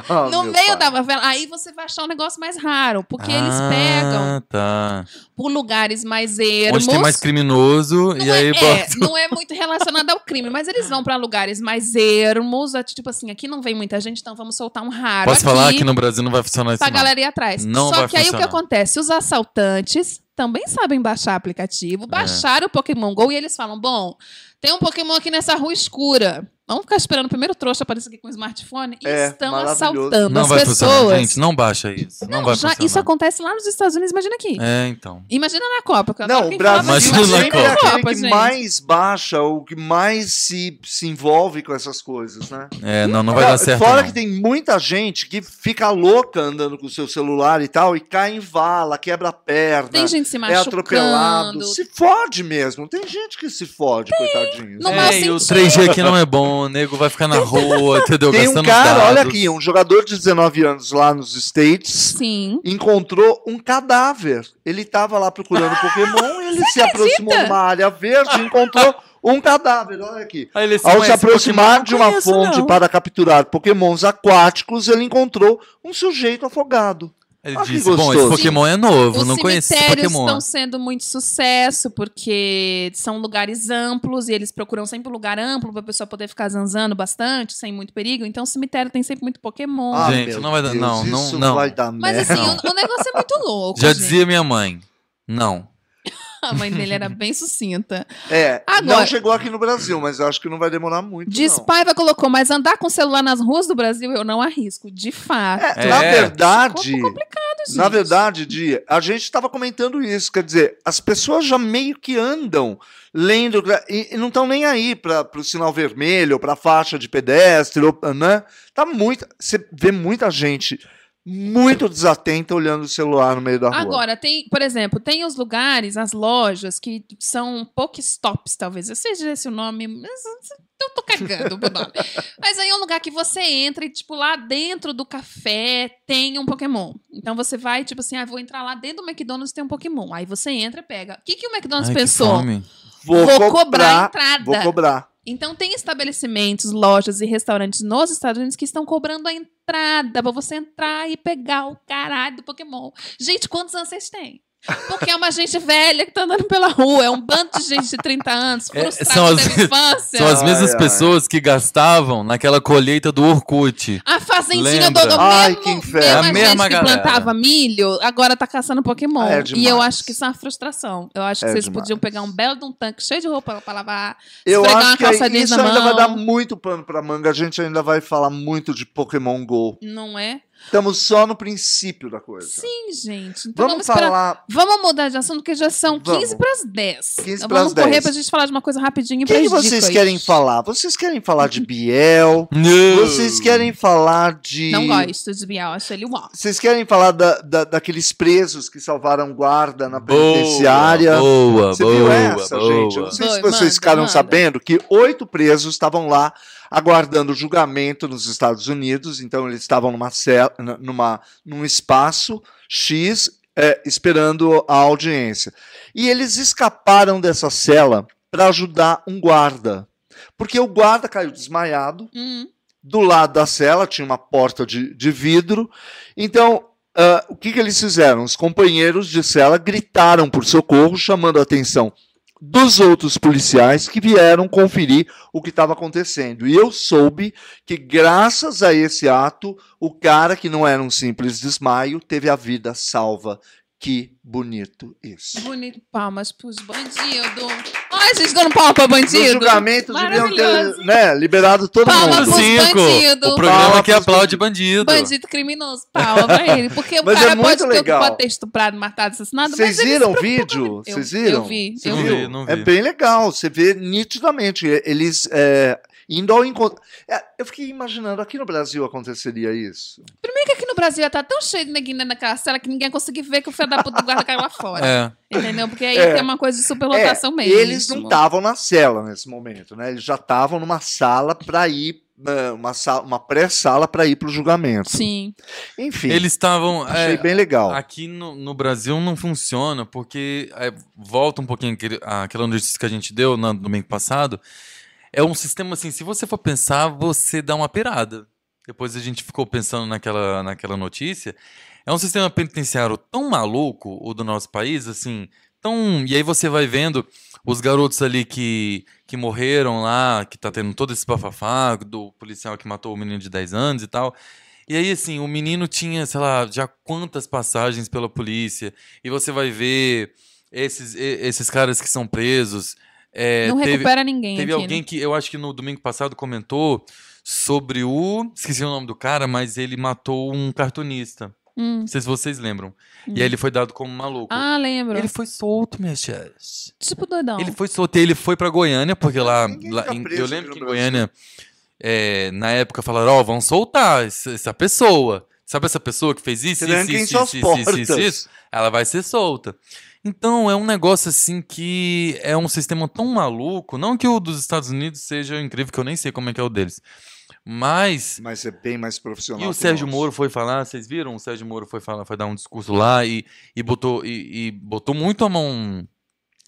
[SPEAKER 4] Oh,
[SPEAKER 1] Ah,
[SPEAKER 3] no
[SPEAKER 1] meu
[SPEAKER 3] meio
[SPEAKER 1] pai.
[SPEAKER 3] da favela, aí você vai achar um negócio mais raro. Porque eles
[SPEAKER 4] Ah,
[SPEAKER 3] pegam
[SPEAKER 4] tá.
[SPEAKER 3] por lugares mais ermos.
[SPEAKER 4] Onde tem mais criminoso,
[SPEAKER 3] Não
[SPEAKER 4] e aí
[SPEAKER 3] é, é,
[SPEAKER 4] bota...
[SPEAKER 3] não é muito relacionado ao crime, mas eles vão pra lugares mais ermos, é tipo assim, aqui não vem muita gente, então vamos soltar um raro
[SPEAKER 4] Posso
[SPEAKER 3] aqui
[SPEAKER 4] falar que no Brasil não vai funcionar isso
[SPEAKER 3] pra
[SPEAKER 4] não.
[SPEAKER 3] galera ir atrás.
[SPEAKER 4] Não
[SPEAKER 3] Só
[SPEAKER 4] vai
[SPEAKER 3] que aí o
[SPEAKER 4] funcionar.
[SPEAKER 3] que acontece? Os assaltantes também sabem baixar
[SPEAKER 4] É.
[SPEAKER 3] aplicativo, baixaram o Pokémon GO e eles falam: bom, tem um Pokémon aqui nessa rua escura. Vamos ficar esperando o primeiro trouxa aparecer aqui com o smartphone e
[SPEAKER 1] É,
[SPEAKER 3] estão
[SPEAKER 1] maravilhoso.
[SPEAKER 3] assaltando
[SPEAKER 4] Não
[SPEAKER 3] as
[SPEAKER 4] vai funcionar,
[SPEAKER 3] pessoas.
[SPEAKER 4] gente. Não baixa isso. Não,
[SPEAKER 3] Não,
[SPEAKER 4] vai
[SPEAKER 3] já
[SPEAKER 4] funcionar.
[SPEAKER 3] isso é acontece lá nos Estados Unidos, imagina aqui.
[SPEAKER 4] É, então.
[SPEAKER 3] Imagina na Copa. que agora
[SPEAKER 1] Não, o
[SPEAKER 3] quem falava
[SPEAKER 1] Brasil
[SPEAKER 4] Mas
[SPEAKER 3] disso
[SPEAKER 4] tudo na
[SPEAKER 3] era
[SPEAKER 1] sempre
[SPEAKER 4] Copa.
[SPEAKER 1] é
[SPEAKER 3] na
[SPEAKER 1] aquele que
[SPEAKER 3] gente.
[SPEAKER 1] mais baixa, o que mais se, se envolve com essas coisas, né?
[SPEAKER 4] É, não, não vai dar certo.
[SPEAKER 1] Fora
[SPEAKER 4] não.
[SPEAKER 1] que tem muita gente que fica louca andando com o seu celular e tal, e cai em vala, quebra a perna,
[SPEAKER 3] Tem gente se
[SPEAKER 1] é
[SPEAKER 3] machucando.
[SPEAKER 1] atropelado. Se fode mesmo. Tem gente que se fode, coitadinho.
[SPEAKER 3] Não
[SPEAKER 1] É.
[SPEAKER 3] mau
[SPEAKER 4] é, e o
[SPEAKER 3] sentido.
[SPEAKER 4] 3G aqui não é bom, o nego vai ficar na rua, entendeu?
[SPEAKER 1] Tem um
[SPEAKER 4] Gastando
[SPEAKER 1] cara,
[SPEAKER 4] dados.
[SPEAKER 1] olha aqui, um jogador de 19 anos lá nos States
[SPEAKER 3] Sim.
[SPEAKER 1] encontrou um cadáver. Ele estava lá
[SPEAKER 4] Ah,
[SPEAKER 1] procurando Pokémon, ele se aproximou de uma área verde e encontrou um cadáver. Olha aqui.
[SPEAKER 4] Aí ele assim,
[SPEAKER 1] Ao
[SPEAKER 4] "Ué,
[SPEAKER 1] se
[SPEAKER 4] esse
[SPEAKER 1] aproximar
[SPEAKER 4] Pokémon
[SPEAKER 1] de
[SPEAKER 4] eu
[SPEAKER 1] uma
[SPEAKER 4] conheço,
[SPEAKER 1] fonte
[SPEAKER 4] não."
[SPEAKER 1] para capturar pokémons aquáticos, ele encontrou um sujeito afogado.
[SPEAKER 4] Ele
[SPEAKER 1] Ah, que
[SPEAKER 4] disse, bom, esse
[SPEAKER 1] gostoso."
[SPEAKER 4] Pokémon é novo,
[SPEAKER 3] Os
[SPEAKER 4] não conheço esse
[SPEAKER 3] cemitérios
[SPEAKER 4] Pokémon.
[SPEAKER 3] estão sendo muito sucesso, porque são lugares amplos e eles procuram sempre um lugar amplo pra pessoa poder ficar zanzando bastante, sem muito perigo. Então, o cemitério tem sempre muito Pokémon.
[SPEAKER 4] Ah, Gente,
[SPEAKER 1] meu
[SPEAKER 4] não vai dar-
[SPEAKER 1] Deus,
[SPEAKER 4] não, não,
[SPEAKER 1] isso
[SPEAKER 4] não.
[SPEAKER 1] vai dar
[SPEAKER 3] Mas
[SPEAKER 1] merda.
[SPEAKER 3] assim,
[SPEAKER 4] não.
[SPEAKER 3] o, o negócio é muito louco.
[SPEAKER 4] Já
[SPEAKER 3] gente.
[SPEAKER 4] dizia minha mãe, não.
[SPEAKER 3] A mãe dele era bem sucinta.
[SPEAKER 1] É,
[SPEAKER 3] Agora-
[SPEAKER 1] não chegou aqui no Brasil, mas eu acho que não vai demorar muito.
[SPEAKER 3] Diz
[SPEAKER 1] não.
[SPEAKER 3] Paiva colocou, mas andar com celular nas ruas do Brasil eu não arrisco, de fato.
[SPEAKER 1] É, Na
[SPEAKER 4] É.
[SPEAKER 1] verdade,
[SPEAKER 3] Ficou complicado, gente.
[SPEAKER 1] na verdade, Di, a gente estava comentando isso, quer dizer, as pessoas já meio que andam lendo gra- e, e não estão nem aí para o sinal vermelho, para a faixa de pedestre, ou- né? Tá muito, você vê muita gente muito desatenta olhando o celular no meio da rua.
[SPEAKER 3] Agora, tem, por exemplo, tem os lugares, as lojas, que são Pokestops, talvez. Eu seja esse o nome, mas eu tô cagando pro nome. Mas aí é um lugar que você entra e, tipo, lá dentro do café tem um Pokémon. Então você vai, tipo assim, ah, vou entrar lá dentro do McDonald's tem um Pokémon. Aí você entra e pega. O que, que o McDonald's
[SPEAKER 4] Ai, que
[SPEAKER 3] pensou?
[SPEAKER 4] fome.
[SPEAKER 1] vou,
[SPEAKER 3] cobrar,
[SPEAKER 1] cobrar,
[SPEAKER 3] a entrada.
[SPEAKER 1] vou cobrar.
[SPEAKER 3] Então tem estabelecimentos, lojas e restaurantes nos Estados Unidos que estão cobrando a entrada pra você entrar e pegar o caralho do Pokémon. Gente, quantos anos vocês têm? Porque é uma gente velha que tá andando pela rua, é um bando de gente de 30 anos,
[SPEAKER 4] É,
[SPEAKER 3] frustrada
[SPEAKER 4] são as-
[SPEAKER 3] da infância.
[SPEAKER 4] São as
[SPEAKER 1] Ai,
[SPEAKER 4] mesmas
[SPEAKER 1] ai.
[SPEAKER 4] pessoas que gastavam naquela colheita do Orkut.
[SPEAKER 3] A fazendinha
[SPEAKER 4] Lembra?
[SPEAKER 3] do do
[SPEAKER 1] Ai,
[SPEAKER 3] mesmo,
[SPEAKER 1] que inferno.
[SPEAKER 3] mesma
[SPEAKER 4] A mesma
[SPEAKER 3] gente que
[SPEAKER 4] galera.
[SPEAKER 3] plantava milho, agora tá caçando Pokémon.
[SPEAKER 1] Ah, é
[SPEAKER 3] e
[SPEAKER 1] demais.
[SPEAKER 3] eu acho que isso é uma frustração. Eu acho que
[SPEAKER 1] É
[SPEAKER 3] vocês
[SPEAKER 1] demais.
[SPEAKER 3] podiam pegar um belo de um tanque cheio de roupa pra lavar.
[SPEAKER 1] Eu
[SPEAKER 3] esfregar uma
[SPEAKER 1] acho que
[SPEAKER 3] calça jeans
[SPEAKER 1] isso
[SPEAKER 3] na
[SPEAKER 1] ainda vai
[SPEAKER 3] mão.
[SPEAKER 1] dar muito pano para manga. A gente ainda vai falar muito de Pokémon Go.
[SPEAKER 3] Não é?
[SPEAKER 1] Estamos só no princípio da coisa.
[SPEAKER 3] Sim, gente. Então
[SPEAKER 1] Vamos
[SPEAKER 3] vamos, esperar
[SPEAKER 1] falar
[SPEAKER 3] Vamos mudar de assunto, porque já são
[SPEAKER 1] Vamos.
[SPEAKER 3] 15 para as 10.
[SPEAKER 1] 15
[SPEAKER 3] Então
[SPEAKER 1] pras
[SPEAKER 3] Vamos correr
[SPEAKER 1] 10.
[SPEAKER 3] pra gente falar de uma coisa rapidinho
[SPEAKER 1] O
[SPEAKER 3] para
[SPEAKER 1] que, que vocês querem falar? Vocês querem falar de Biel?
[SPEAKER 4] Hum.
[SPEAKER 1] Vocês querem falar de.
[SPEAKER 3] Não gosto de Biel, acho ele um uau.
[SPEAKER 1] Vocês querem falar da, da- daqueles presos que salvaram guarda na penitenciária?
[SPEAKER 4] Boa,
[SPEAKER 1] Você
[SPEAKER 4] boa,
[SPEAKER 1] viu essa,
[SPEAKER 4] boa.
[SPEAKER 1] gente? Eu não sei se
[SPEAKER 3] Boa,
[SPEAKER 1] vocês
[SPEAKER 3] manda,
[SPEAKER 1] ficaram
[SPEAKER 3] manda.
[SPEAKER 1] sabendo que oito presos estavam lá aguardando julgamento nos Estados Unidos. Então, eles estavam numa, cela- n- numa, num espaço X é, esperando a audiência. E eles escaparam dessa cela para ajudar um guarda. Porque o guarda caiu desmaiado
[SPEAKER 3] Hum,
[SPEAKER 1] do lado da cela tinha uma porta de, de vidro. Então, ah, o que, que eles fizeram? Os companheiros de cela gritaram por socorro, chamando a atenção dos outros policiais que vieram conferir o que estava acontecendo. E eu soube que, graças a esse ato, o cara que não era um simples desmaio teve a vida salva. Que bonito isso.
[SPEAKER 3] bonito. Palmas pros bandidos. Ai, gente, dando palma pra
[SPEAKER 1] No
[SPEAKER 3] bandido.
[SPEAKER 1] julgamento deviam ter
[SPEAKER 3] Maravilhoso.
[SPEAKER 1] né, liberado todo
[SPEAKER 3] Palmas
[SPEAKER 1] mundo.
[SPEAKER 3] pros bandidos.
[SPEAKER 4] O programa
[SPEAKER 1] Palma
[SPEAKER 4] que
[SPEAKER 1] é. pros
[SPEAKER 4] aplaude bandido.
[SPEAKER 3] Bandido criminoso, palma pra ele. Porque o
[SPEAKER 1] Mas
[SPEAKER 3] cara
[SPEAKER 1] é muito
[SPEAKER 3] pode, ter,
[SPEAKER 1] legal.
[SPEAKER 3] pode ter estuprado, matado, assassinado.
[SPEAKER 1] Vocês
[SPEAKER 3] Ah, mas ele
[SPEAKER 1] viram o
[SPEAKER 3] se preocupa
[SPEAKER 1] vídeo?
[SPEAKER 3] com- Eu-
[SPEAKER 1] Vocês viram?
[SPEAKER 3] Eu vi.
[SPEAKER 4] Você
[SPEAKER 3] Eu
[SPEAKER 4] não
[SPEAKER 3] vi.
[SPEAKER 4] viu? vi, não
[SPEAKER 1] É
[SPEAKER 4] vi.
[SPEAKER 1] bem legal, você vê nitidamente. Eles é, indo ao encontro. É, eu fiquei imaginando, aqui no Brasil aconteceria isso?
[SPEAKER 3] Primeiro que aqui no Brasil ia estar tão cheio de neguinho dentro da castela que ninguém ia conseguir ver que o filho da puta do guarda caiu lá fora.
[SPEAKER 4] É.
[SPEAKER 3] Entendeu? Porque aí
[SPEAKER 1] É.
[SPEAKER 3] tem uma coisa de superlotação
[SPEAKER 1] É,
[SPEAKER 3] mesmo.
[SPEAKER 1] Eles não estavam na cela nesse momento, né? Eles já estavam numa sala para ir, eh, uma, sa- uma pré-sala para ir para o julgamento.
[SPEAKER 3] Sim.
[SPEAKER 1] Enfim,
[SPEAKER 4] Eles estavam.
[SPEAKER 1] achei
[SPEAKER 4] é,
[SPEAKER 1] bem legal.
[SPEAKER 4] Aqui no, no Brasil não funciona, porque é, volta um pouquinho aquele- àquela notícia que a gente deu no domingo passado. É um sistema assim, se você for pensar, você dá uma pirada. Depois a gente ficou pensando naquela, naquela notícia. É um sistema penitenciário tão maluco, o do nosso país, assim, tão. E aí você vai vendo os garotos ali que, que morreram lá, que tá tendo todo esse bafafá do policial que matou o menino de 10 anos e tal. E aí, assim, o menino tinha, sei lá, já quantas passagens pela polícia. E você vai ver esses, e- esses caras que são presos. É,
[SPEAKER 3] não
[SPEAKER 4] teve-
[SPEAKER 3] recupera ninguém.
[SPEAKER 4] Teve
[SPEAKER 3] aqui,
[SPEAKER 4] alguém
[SPEAKER 3] né?
[SPEAKER 4] que eu acho que no domingo passado comentou sobre o. Esqueci o nome do cara, mas ele matou um cartunista.
[SPEAKER 3] Hum.
[SPEAKER 4] Não sei se vocês lembram.
[SPEAKER 3] Hum.
[SPEAKER 4] E aí ele foi dado como maluco.
[SPEAKER 3] Ah, lembro.
[SPEAKER 4] ele foi solto, minha chest.
[SPEAKER 3] Tipo doidão.
[SPEAKER 4] Ele foi solto e ele foi pra Goiânia, porque lá.
[SPEAKER 1] Ninguém
[SPEAKER 4] lá
[SPEAKER 1] fica
[SPEAKER 4] em-
[SPEAKER 1] preso
[SPEAKER 4] eu
[SPEAKER 1] aqui
[SPEAKER 4] lembro
[SPEAKER 1] no
[SPEAKER 4] que em
[SPEAKER 1] Brasil.
[SPEAKER 4] Goiânia, é, na época, falaram: Ó, vão soltar essa, essa pessoa. Sabe essa pessoa que fez isso, isso,
[SPEAKER 1] Tranquem
[SPEAKER 4] isso,
[SPEAKER 1] suas
[SPEAKER 4] isso, isso, isso, isso,
[SPEAKER 1] portas.
[SPEAKER 4] ela vai ser solta. Então é um negócio assim que é um sistema tão maluco. Não que o dos Estados Unidos seja incrível, que eu nem sei como é que é o deles. Mas.
[SPEAKER 1] Mas é bem mais profissional.
[SPEAKER 4] E
[SPEAKER 1] que
[SPEAKER 4] o Sérgio
[SPEAKER 1] nosso.
[SPEAKER 4] Moro foi falar, vocês viram? O Sérgio Moro foi falar, foi dar um discurso lá e, e botou e, e botou muito a mão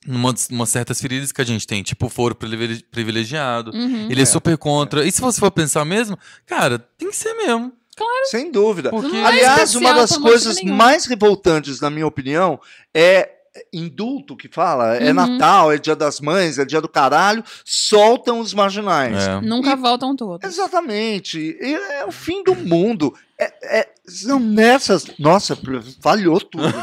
[SPEAKER 4] numa, numa certas feridas que a gente tem, tipo foro privile- privilegiado.
[SPEAKER 3] Uhum.
[SPEAKER 4] Ele é,
[SPEAKER 1] É,
[SPEAKER 4] super contra. E se você for pensar mesmo, cara, tem que ser mesmo.
[SPEAKER 1] Sem dúvida.
[SPEAKER 4] Porque
[SPEAKER 3] Não é
[SPEAKER 1] Aliás,
[SPEAKER 3] especial
[SPEAKER 1] uma das
[SPEAKER 3] por motivo
[SPEAKER 1] coisas
[SPEAKER 3] nenhum.
[SPEAKER 1] mais revoltantes, na minha opinião, é indulto que fala, é
[SPEAKER 3] Uhum.
[SPEAKER 1] Natal, é Dia das Mães, é Dia do Caralho, soltam os marginais.
[SPEAKER 4] É.
[SPEAKER 3] Nunca voltam todos.
[SPEAKER 1] Exatamente. E É o fim do mundo. É, é- são nessas. Nossa, falhou tudo. Né?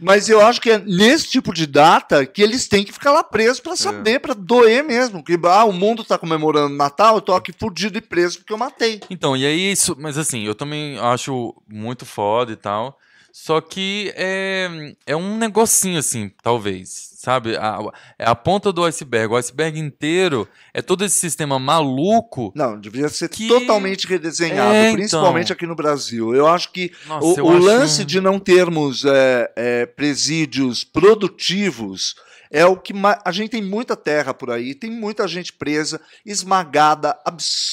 [SPEAKER 1] Mas eu acho que é nesse tipo de data que eles têm que ficar lá presos pra saber, pra doer mesmo. Que ah, o mundo tá comemorando Natal, eu tô aqui fudido e preso porque eu matei.
[SPEAKER 4] Então, e aí isso. Mas assim, eu também acho muito foda e tal. Só que é, é um negocinho assim, talvez, sabe? A- É a ponta do iceberg. O iceberg inteiro é todo esse sistema maluco.
[SPEAKER 1] Não, devia ser
[SPEAKER 4] Que-
[SPEAKER 1] totalmente redesenhado,
[SPEAKER 4] É, então.
[SPEAKER 1] principalmente aqui no Brasil. Eu acho que
[SPEAKER 4] Nossa,
[SPEAKER 1] o,
[SPEAKER 4] eu
[SPEAKER 1] o
[SPEAKER 4] acho
[SPEAKER 1] lance
[SPEAKER 4] um-
[SPEAKER 1] de não termos é, é, presídios produtivos é o que ma- a gente tem muita terra por aí, tem muita gente presa, esmagada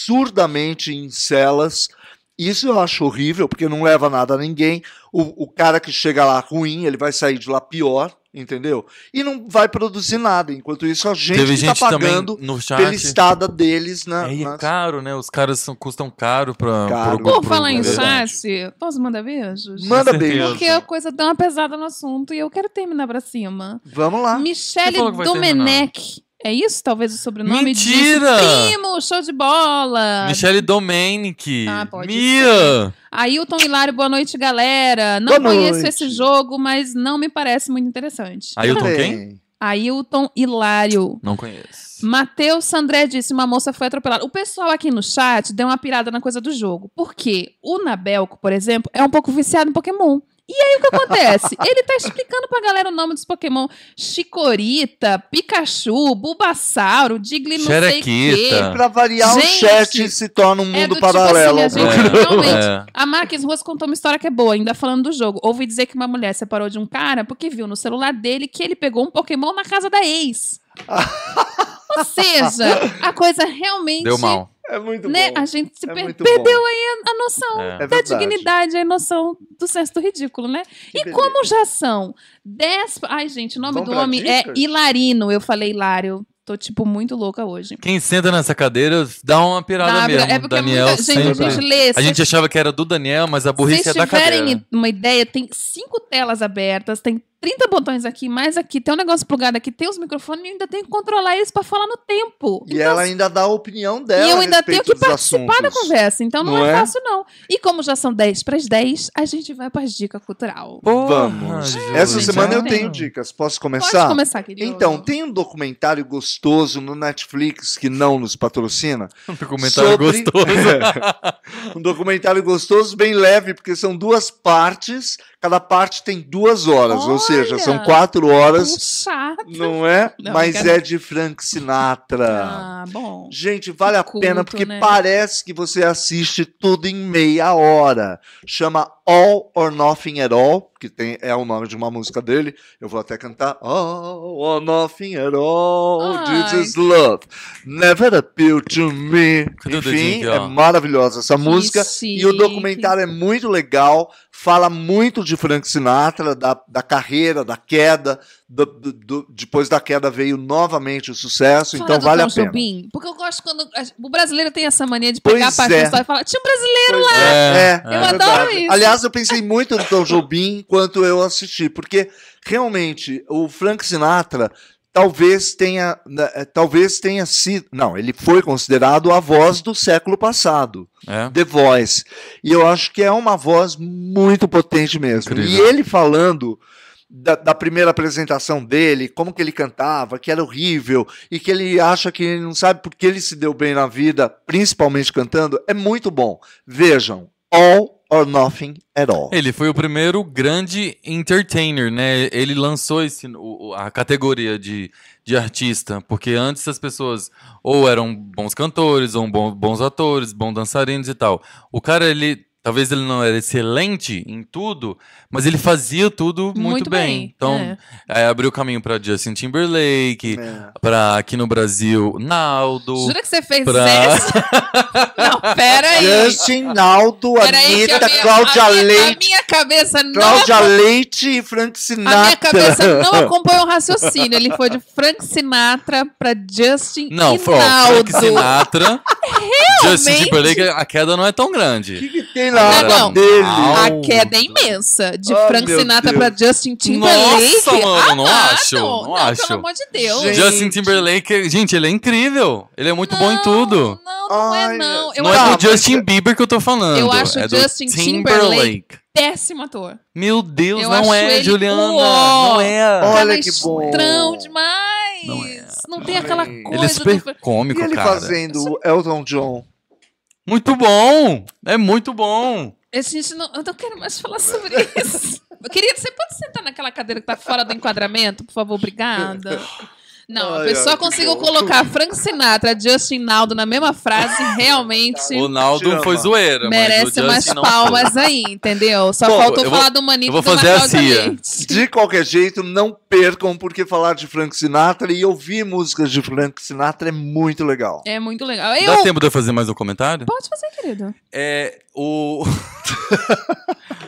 [SPEAKER 1] absurdamente em celas. Isso eu acho horrível, porque não leva nada a ninguém. O, o cara que chega lá ruim, ele vai sair de lá pior, entendeu? E não vai produzir nada. Enquanto isso, a gente
[SPEAKER 4] Teve
[SPEAKER 1] está
[SPEAKER 4] gente também
[SPEAKER 1] pagando
[SPEAKER 4] no
[SPEAKER 1] pela
[SPEAKER 4] chat.
[SPEAKER 1] estada deles na.
[SPEAKER 4] É, e é
[SPEAKER 1] nas-
[SPEAKER 4] caro, né? Os caras são- custam caro pra.
[SPEAKER 1] Caro.
[SPEAKER 4] pro-
[SPEAKER 1] Pô,
[SPEAKER 3] Por
[SPEAKER 4] pro-
[SPEAKER 3] falar em
[SPEAKER 4] pro-
[SPEAKER 1] verdade.
[SPEAKER 3] chat, posso mandar beijos?
[SPEAKER 1] Manda
[SPEAKER 4] Com
[SPEAKER 1] bem.
[SPEAKER 4] certeza.
[SPEAKER 3] Porque a coisa dá uma pesada no assunto e eu quero terminar pra cima.
[SPEAKER 1] Vamos lá.
[SPEAKER 4] Quem
[SPEAKER 3] Michele
[SPEAKER 4] Ah, falou que vai
[SPEAKER 3] Domenech. É isso? Talvez o sobrenome
[SPEAKER 4] Mentira!
[SPEAKER 3] disse. Primo, show de bola!
[SPEAKER 4] Michele Domenic.
[SPEAKER 3] Ah, pode
[SPEAKER 4] Mia!
[SPEAKER 3] Ailton Hilário, boa noite, galera. Não
[SPEAKER 1] Boa
[SPEAKER 3] conheço
[SPEAKER 1] noite.
[SPEAKER 3] esse jogo, mas não me parece muito interessante.
[SPEAKER 4] Ailton quem?
[SPEAKER 1] Bem.
[SPEAKER 3] Ailton Hilário.
[SPEAKER 4] Não conheço.
[SPEAKER 3] Matheus Sandré disse: uma moça foi atropelada. O pessoal aqui no chat deu uma pirada na coisa do jogo. Por quê? O Nabelco, por exemplo, é um pouco viciado em Pokémon. E aí o que acontece? Ele tá explicando pra galera o nome dos Pokémon: Chicorita, Pikachu, Bulbasauro, Digli não sei o quê.
[SPEAKER 4] Xerequita.
[SPEAKER 1] Pra variar, o
[SPEAKER 3] Gente,
[SPEAKER 1] chat se torna um
[SPEAKER 3] é do
[SPEAKER 1] mundo
[SPEAKER 3] tipo
[SPEAKER 1] paralelo.
[SPEAKER 3] assim, a
[SPEAKER 1] ao
[SPEAKER 3] gente-
[SPEAKER 1] programa.
[SPEAKER 3] realmente.
[SPEAKER 4] É.
[SPEAKER 3] A Marques Ruas contou uma história que é boa, ainda falando do jogo. Ouvi dizer que uma mulher separou de um cara porque viu no celular dele que ele pegou um Pokémon na casa da ex. Ou seja, a coisa realmente.
[SPEAKER 4] Deu mal.
[SPEAKER 1] É, muito
[SPEAKER 3] Né?
[SPEAKER 1] bom.
[SPEAKER 3] A gente se
[SPEAKER 1] É
[SPEAKER 3] per-
[SPEAKER 1] muito
[SPEAKER 3] perdeu
[SPEAKER 1] bom.
[SPEAKER 3] a noção
[SPEAKER 4] É.
[SPEAKER 1] É
[SPEAKER 3] da
[SPEAKER 1] verdade.
[SPEAKER 3] dignidade, a noção do senso do ridículo, né? e
[SPEAKER 1] beleza.
[SPEAKER 3] como já são 10. Ai, gente, o nome
[SPEAKER 1] Vamos
[SPEAKER 3] do
[SPEAKER 1] pra
[SPEAKER 3] homem é
[SPEAKER 1] dicas?
[SPEAKER 3] Hilarino. Eu falei Hilário. Tô, tipo, muito louca hoje.
[SPEAKER 4] Quem senta nessa cadeira dá uma pirada
[SPEAKER 3] Dá-
[SPEAKER 4] mesmo.
[SPEAKER 3] é porque é
[SPEAKER 4] Daniel
[SPEAKER 3] muita gente,
[SPEAKER 4] sempre.
[SPEAKER 3] gente lê.
[SPEAKER 4] A gente achava que era do Daniel, mas a burrice
[SPEAKER 3] vocês
[SPEAKER 4] é da cadeira.
[SPEAKER 3] tiverem uma ideia, tem cinco telas abertas, tem 30 botões aqui, mais aqui, tem um negócio plugado aqui, tem os microfones e eu ainda tenho que controlar eles pra falar no tempo.
[SPEAKER 1] E ela ainda dá a opinião
[SPEAKER 3] Então,
[SPEAKER 1] dela.
[SPEAKER 3] assim, e eu
[SPEAKER 1] a
[SPEAKER 3] ainda tenho
[SPEAKER 1] respeito
[SPEAKER 3] que
[SPEAKER 1] dos
[SPEAKER 3] participar da
[SPEAKER 1] assuntos.
[SPEAKER 3] conversa, então não,
[SPEAKER 1] Não
[SPEAKER 3] é,
[SPEAKER 1] é?
[SPEAKER 3] fácil não. E como já são 10 pras 10, a gente vai pras dicas cultural.
[SPEAKER 1] Vamos.
[SPEAKER 4] Porra,
[SPEAKER 1] Essa
[SPEAKER 4] Jesus,
[SPEAKER 1] semana eu
[SPEAKER 4] é.
[SPEAKER 1] tenho dicas. Posso começar?
[SPEAKER 3] Pode começar, querido.
[SPEAKER 1] Então, tem um documentário gostoso no Netflix que não nos patrocina.
[SPEAKER 4] Um comentário
[SPEAKER 1] sobre-
[SPEAKER 4] gostoso.
[SPEAKER 1] um documentário gostoso, bem leve, porque são duas partes Cada parte tem duas horas, ou seja,
[SPEAKER 3] Olha!
[SPEAKER 1] são quatro horas,
[SPEAKER 3] Puxado.
[SPEAKER 1] não é?
[SPEAKER 3] Não,
[SPEAKER 1] Mas
[SPEAKER 3] quero-
[SPEAKER 1] é de Frank Sinatra.
[SPEAKER 3] Ah, bom.
[SPEAKER 1] Gente, vale a
[SPEAKER 3] Culto,
[SPEAKER 1] pena porque
[SPEAKER 3] né?
[SPEAKER 1] parece que você assiste tudo em meia hora. Chama All or Nothing at All, que tem, é o nome de uma música dele. Eu vou até cantar All or Nothing at All.
[SPEAKER 3] Ai.
[SPEAKER 1] This is love. Never appeal to me.
[SPEAKER 4] Cuidado do
[SPEAKER 1] Enfim,
[SPEAKER 4] jingle.
[SPEAKER 1] é maravilhosa essa música. E o
[SPEAKER 3] chique.
[SPEAKER 1] documentário é muito legal, fala muito de Frank Sinatra, da, da carreira, da queda. do- do- do- depois da queda veio novamente o sucesso,
[SPEAKER 3] Fala
[SPEAKER 1] então
[SPEAKER 3] do
[SPEAKER 1] vale
[SPEAKER 3] Tom
[SPEAKER 1] a pena.
[SPEAKER 3] Jobim, porque eu gosto quando as- o brasileiro tem essa mania de
[SPEAKER 1] Pois
[SPEAKER 3] pegar a parte
[SPEAKER 1] é.
[SPEAKER 3] da história e falar, tinha um brasileiro.
[SPEAKER 1] É,
[SPEAKER 4] Eu
[SPEAKER 1] é
[SPEAKER 3] adoro
[SPEAKER 1] verdade.
[SPEAKER 3] isso.
[SPEAKER 1] Aliás, eu pensei muito no Tom Jobim enquanto eu assisti, porque realmente o Frank Sinatra talvez tenha, né, eh, talvez tenha sido, não, ele foi considerado a voz do século passado,
[SPEAKER 4] É.
[SPEAKER 1] The Voice, e eu acho que é uma voz muito potente mesmo.
[SPEAKER 4] Incrível.
[SPEAKER 1] E ele falando da, da primeira apresentação dele, como que ele cantava, que era horrível, e que ele acha que ele não sabe porque ele se deu bem na vida, principalmente cantando, é muito bom. Vejam, All or Nothing at All.
[SPEAKER 4] Ele foi o primeiro grande entertainer, né? Ele lançou esse, o- o- a categoria de, de artista, porque antes as pessoas ou eram bons cantores, ou bom- bons atores, bons dançarinos e tal. O cara, ele. Talvez ele não era excelente em tudo, mas ele fazia tudo muito,
[SPEAKER 3] Muito
[SPEAKER 4] bem.
[SPEAKER 3] bem,
[SPEAKER 4] Então,
[SPEAKER 3] é.
[SPEAKER 4] é, abriu caminho pra Justin Timberlake,
[SPEAKER 1] É.
[SPEAKER 4] pra aqui no Brasil, Naldo.
[SPEAKER 3] Jura que você fez
[SPEAKER 4] Pra-
[SPEAKER 3] sexo? Não, pera aí.
[SPEAKER 1] Justin, Naldo,
[SPEAKER 3] Pera aí que a
[SPEAKER 1] Anitta,
[SPEAKER 3] minha-
[SPEAKER 1] Cláudia
[SPEAKER 3] a minha, A
[SPEAKER 1] Leite,
[SPEAKER 3] minha cabeça não...
[SPEAKER 1] Cláudia Leite e Frank
[SPEAKER 3] A minha cabeça não
[SPEAKER 1] Sinatra.
[SPEAKER 3] acompanha o raciocínio. Ele foi de Frank Sinatra pra Justin
[SPEAKER 4] Não,
[SPEAKER 3] e
[SPEAKER 4] foi ó, Frank
[SPEAKER 3] Naldo. É,
[SPEAKER 4] Sinatra. Justin
[SPEAKER 3] Realmente?
[SPEAKER 4] Timberlake, a queda não é tão grande.
[SPEAKER 1] O que, que tem na hora
[SPEAKER 3] Não, não.
[SPEAKER 1] dele?
[SPEAKER 4] um
[SPEAKER 3] A queda é imensa. De
[SPEAKER 1] Oh,
[SPEAKER 3] Frank
[SPEAKER 1] meu
[SPEAKER 3] Sinatra
[SPEAKER 1] Deus.
[SPEAKER 3] pra Justin Timberlake.
[SPEAKER 4] Nossa, mano, não
[SPEAKER 3] Amado.
[SPEAKER 4] acho, não acho.
[SPEAKER 3] Pelo amor de Deus.
[SPEAKER 1] Gente,
[SPEAKER 4] Justin Timberlake, gente, ele é incrível. Ele é muito bom em tudo.
[SPEAKER 3] Não, não
[SPEAKER 1] Ai,
[SPEAKER 3] é não. Eu
[SPEAKER 4] não
[SPEAKER 3] acho
[SPEAKER 4] é
[SPEAKER 1] Tá,
[SPEAKER 4] do Justin Bieber que eu tô falando.
[SPEAKER 3] Eu acho
[SPEAKER 4] é do
[SPEAKER 3] Justin Timberlake- péssimo ator.
[SPEAKER 4] Meu Deus,
[SPEAKER 3] Eu
[SPEAKER 4] não
[SPEAKER 3] acho
[SPEAKER 4] é,
[SPEAKER 3] ele
[SPEAKER 4] Juliana.
[SPEAKER 3] uó.
[SPEAKER 4] Não é.
[SPEAKER 1] Olha
[SPEAKER 3] Cara,
[SPEAKER 1] que bom.
[SPEAKER 3] estrão demais.
[SPEAKER 4] Não
[SPEAKER 3] Não,
[SPEAKER 4] é,
[SPEAKER 3] tem
[SPEAKER 1] não
[SPEAKER 3] aquela
[SPEAKER 1] é.
[SPEAKER 3] coisa
[SPEAKER 4] Ele é super
[SPEAKER 3] do...
[SPEAKER 4] cômico,
[SPEAKER 1] E ele
[SPEAKER 4] cara.
[SPEAKER 1] fazendo o Elton John?
[SPEAKER 4] Muito bom. É muito bom.
[SPEAKER 3] A gente não... Eu não quero mais falar sobre isso. Querida, você pode sentar naquela cadeira que tá fora do enquadramento? Por favor, obrigada. Não, a
[SPEAKER 1] Ai,
[SPEAKER 3] pessoa
[SPEAKER 1] ai, que
[SPEAKER 3] conseguiu
[SPEAKER 1] bom.
[SPEAKER 3] colocar Frank Sinatra, Justin Naldo na mesma frase, realmente
[SPEAKER 4] O Naldo
[SPEAKER 1] Tirama.
[SPEAKER 4] foi zoeira, mas
[SPEAKER 3] merece
[SPEAKER 4] o
[SPEAKER 3] umas
[SPEAKER 4] Justin não foi.
[SPEAKER 3] palmas aí, entendeu? Só
[SPEAKER 4] Bom,
[SPEAKER 3] faltou
[SPEAKER 4] eu vou-
[SPEAKER 3] falar do Manito
[SPEAKER 4] eu vou
[SPEAKER 3] do
[SPEAKER 4] fazer assim, a
[SPEAKER 3] Natal da
[SPEAKER 4] Cia.
[SPEAKER 3] Leite.
[SPEAKER 1] De qualquer jeito, não percam, porque falar de Frank Sinatra e ouvir músicas de Frank Sinatra é muito legal.
[SPEAKER 3] É muito legal. Eu...
[SPEAKER 4] Dá tempo de eu fazer mais um comentário?
[SPEAKER 3] Pode fazer, querido.
[SPEAKER 4] É, o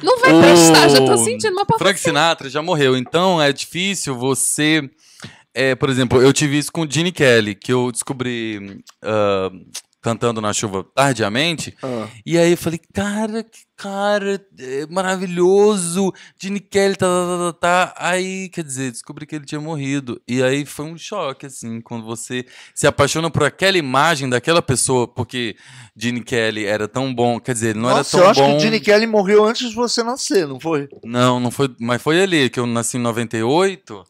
[SPEAKER 3] Não vai
[SPEAKER 4] O-
[SPEAKER 3] prestar, já tô sentindo uma papo.
[SPEAKER 4] Frank Sinatra já morreu, então é difícil você. é, por exemplo, eu tive isso com o Gene Kelly, que eu descobri ah, cantando na chuva tardiamente.
[SPEAKER 3] É.
[SPEAKER 1] Ah.
[SPEAKER 4] E aí eu falei, cara, que cara é, maravilhoso, Gene Kelly, tá, tá, tá, tá. Aí, quer dizer, descobri que ele tinha morrido. E aí foi um choque, assim, quando você se apaixona por aquela imagem daquela pessoa, porque Gene Kelly era tão bom, quer dizer, ele não
[SPEAKER 1] Nossa, eu
[SPEAKER 4] era tão
[SPEAKER 1] acho
[SPEAKER 4] bom.
[SPEAKER 1] que o Gene Kelly morreu antes de você nascer, não foi?
[SPEAKER 4] Não, não foi. Mas foi ali, que eu nasci em 98.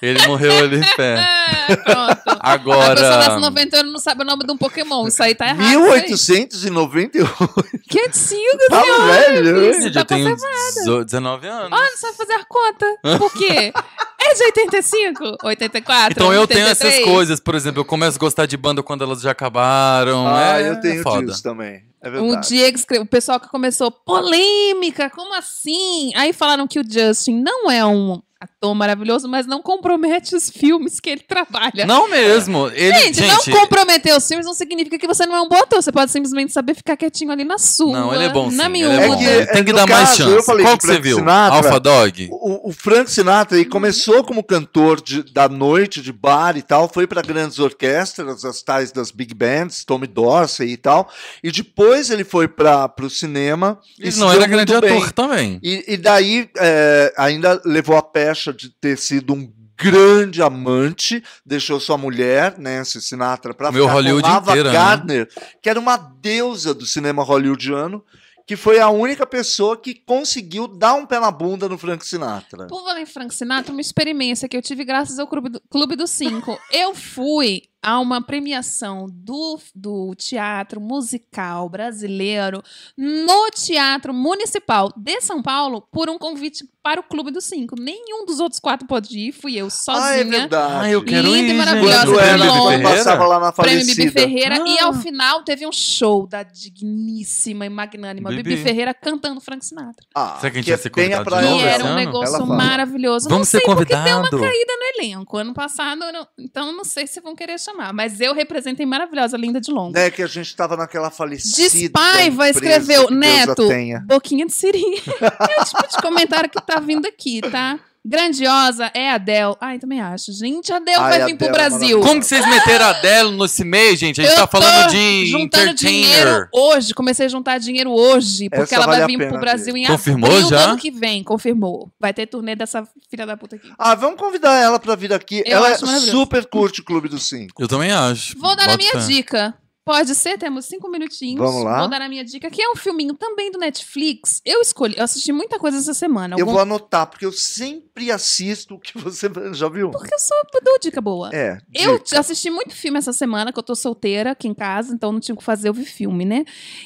[SPEAKER 4] ele morreu ali perto.
[SPEAKER 3] É, pronto. A pessoa nasce em
[SPEAKER 4] Agora.
[SPEAKER 3] 90 anos e não sabe o nome de um Pokémon. Isso aí tá errado. isso
[SPEAKER 1] 1898.
[SPEAKER 3] aí. Que antigo,
[SPEAKER 1] Tava um. velho.
[SPEAKER 3] isso
[SPEAKER 4] Gente,
[SPEAKER 3] tá
[SPEAKER 4] eu tenho 18, 19 anos.
[SPEAKER 3] Ah, não sabe fazer conta. Por quê? É de 85? 84?
[SPEAKER 4] então eu tenho
[SPEAKER 3] 83?
[SPEAKER 4] essas coisas, por exemplo, eu começo a gostar de banda quando elas já acabaram.
[SPEAKER 1] ah,
[SPEAKER 4] é,
[SPEAKER 1] eu tenho
[SPEAKER 4] é foda.
[SPEAKER 1] disso também. É verdade.
[SPEAKER 3] Um dia que escreveu, o pessoal que começou polêmica, como assim? Aí falaram que o Justin não é um ator maravilhoso, mas não compromete os filmes que ele trabalha.
[SPEAKER 4] Não mesmo. Ele,
[SPEAKER 3] é. Gente, não comprometer os filmes não significa que você não é um bom ator. Você pode simplesmente saber ficar quietinho ali na sua.
[SPEAKER 4] Não, ele é bom. Sim,
[SPEAKER 3] Na
[SPEAKER 4] ele
[SPEAKER 3] miúda.
[SPEAKER 4] é bom.
[SPEAKER 1] É que,
[SPEAKER 4] Tem que
[SPEAKER 1] no
[SPEAKER 4] dar mais
[SPEAKER 1] caso, eu
[SPEAKER 4] chance.
[SPEAKER 1] falei
[SPEAKER 4] Qual
[SPEAKER 1] de
[SPEAKER 4] que você
[SPEAKER 1] Frank
[SPEAKER 4] viu?
[SPEAKER 1] Sinatra.
[SPEAKER 4] Alpha Dog?
[SPEAKER 1] O, o Frank Sinatra
[SPEAKER 3] Uhum.
[SPEAKER 1] ele começou como cantor de- da noite, de bar e tal, foi para grandes orquestras, as tais das big bands, Tommy Dorsey e tal, e depois ele foi para o cinema. e
[SPEAKER 4] Ele
[SPEAKER 1] se
[SPEAKER 4] não
[SPEAKER 1] deu
[SPEAKER 4] era grande
[SPEAKER 1] muito bem.
[SPEAKER 4] ator também.
[SPEAKER 1] E, e daí é, ainda levou a pecha de ter sido um grande amante, deixou sua mulher, né, Nancy Sinatra, para
[SPEAKER 4] Meu Hollywood
[SPEAKER 1] com Lava
[SPEAKER 4] inteira, né?
[SPEAKER 1] Gardner, que era uma deusa do cinema hollywoodiano, que foi a única pessoa que conseguiu dar um pé na bunda no Frank Sinatra.
[SPEAKER 3] Por falar em Frank Sinatra, uma experiência que eu tive graças ao Clube do, Clube dos Cinco. Eu fui a uma premiação do, do teatro musical brasileiro no Teatro Municipal de São Paulo por um convite para o Clube dos Cinco. Nenhum dos outros quatro pôde ir, fui eu
[SPEAKER 1] Ah, é
[SPEAKER 3] sozinha.
[SPEAKER 1] verdade.
[SPEAKER 4] Ah, eu quero
[SPEAKER 3] Linda e
[SPEAKER 4] ir, gente.
[SPEAKER 3] maravilhosa,
[SPEAKER 1] Quando
[SPEAKER 3] Nossa,
[SPEAKER 1] era,
[SPEAKER 3] Bibi
[SPEAKER 1] quando
[SPEAKER 3] Ferreira?
[SPEAKER 1] passava lá na
[SPEAKER 3] Prêmio Bibi
[SPEAKER 1] falecida.
[SPEAKER 3] Ferreira e
[SPEAKER 4] Ah.
[SPEAKER 3] ao final teve um show da digníssima e magnânima Bibi,
[SPEAKER 4] Bibi.
[SPEAKER 3] Ferreira cantando Frank Sinatra.
[SPEAKER 1] Ah,
[SPEAKER 4] Será que a gente
[SPEAKER 1] é
[SPEAKER 4] vai ser
[SPEAKER 1] bem
[SPEAKER 4] convidado de
[SPEAKER 1] atraente.
[SPEAKER 4] novo
[SPEAKER 3] e era
[SPEAKER 4] esse
[SPEAKER 3] um
[SPEAKER 4] ano?
[SPEAKER 1] Ela
[SPEAKER 3] negócio
[SPEAKER 1] fala.
[SPEAKER 3] maravilhoso.
[SPEAKER 4] Vamos
[SPEAKER 3] não
[SPEAKER 4] ser
[SPEAKER 3] sei porque deu uma
[SPEAKER 4] convidado.
[SPEAKER 3] caída no elenco. Ano passado, eu não- então não sei se vão querer chamar. Mas eu representei maravilhosa, linda de longo.
[SPEAKER 1] Né, que a gente estava naquela falecida.
[SPEAKER 3] Despaiva
[SPEAKER 1] empresa,
[SPEAKER 3] escreveu,
[SPEAKER 1] que Deus a
[SPEAKER 3] Neto,
[SPEAKER 1] tenha.
[SPEAKER 3] Boquinha de siri. é o tipo de comentário que tá vindo aqui, tá? Grandiosa é a Adele. Ai, também acho. Gente, a Adele
[SPEAKER 1] Ai,
[SPEAKER 3] vai vir
[SPEAKER 1] Adele
[SPEAKER 3] pro
[SPEAKER 1] é
[SPEAKER 3] Brasil.
[SPEAKER 1] maravilhosa.
[SPEAKER 4] Como que vocês meteram a Adele nesse mês, gente? A gente
[SPEAKER 3] Eu
[SPEAKER 4] tá
[SPEAKER 3] tô
[SPEAKER 4] falando de
[SPEAKER 3] juntando dinheiro
[SPEAKER 4] entertainer.
[SPEAKER 3] hoje. Comecei a juntar dinheiro hoje, porque
[SPEAKER 1] Essa
[SPEAKER 3] ela
[SPEAKER 1] vale
[SPEAKER 3] vai
[SPEAKER 1] a
[SPEAKER 3] vir
[SPEAKER 1] pena
[SPEAKER 3] pro Brasil em
[SPEAKER 4] Confirmou
[SPEAKER 3] abril do
[SPEAKER 4] já?
[SPEAKER 3] ano que vem. Confirmou. Vai ter turnê dessa filha da puta aqui.
[SPEAKER 1] Ah, vamos convidar ela pra vir aqui.
[SPEAKER 3] Eu
[SPEAKER 1] ela é
[SPEAKER 3] acho maravilhoso.
[SPEAKER 1] super curte o Clube dos Cinco.
[SPEAKER 4] Eu também acho.
[SPEAKER 3] Vou dar a
[SPEAKER 4] Tipo, Bota
[SPEAKER 3] minha
[SPEAKER 4] fé.
[SPEAKER 3] dica. Pode ser, temos cinco minutinhos.
[SPEAKER 1] Vamos lá.
[SPEAKER 3] Vou dar a minha dica, que é um filminho também do Netflix. Eu escolhi, eu assisti muita coisa essa semana.
[SPEAKER 1] Eu
[SPEAKER 3] Algum-
[SPEAKER 1] vou anotar, porque eu sempre assisto o que você já viu.
[SPEAKER 3] Porque eu sou dou dica boa.
[SPEAKER 1] É.
[SPEAKER 3] Eu
[SPEAKER 1] dica.
[SPEAKER 3] t- assisti muito filme essa semana, que eu tô solteira aqui em casa, então não tinha o que fazer, eu vi filme, né?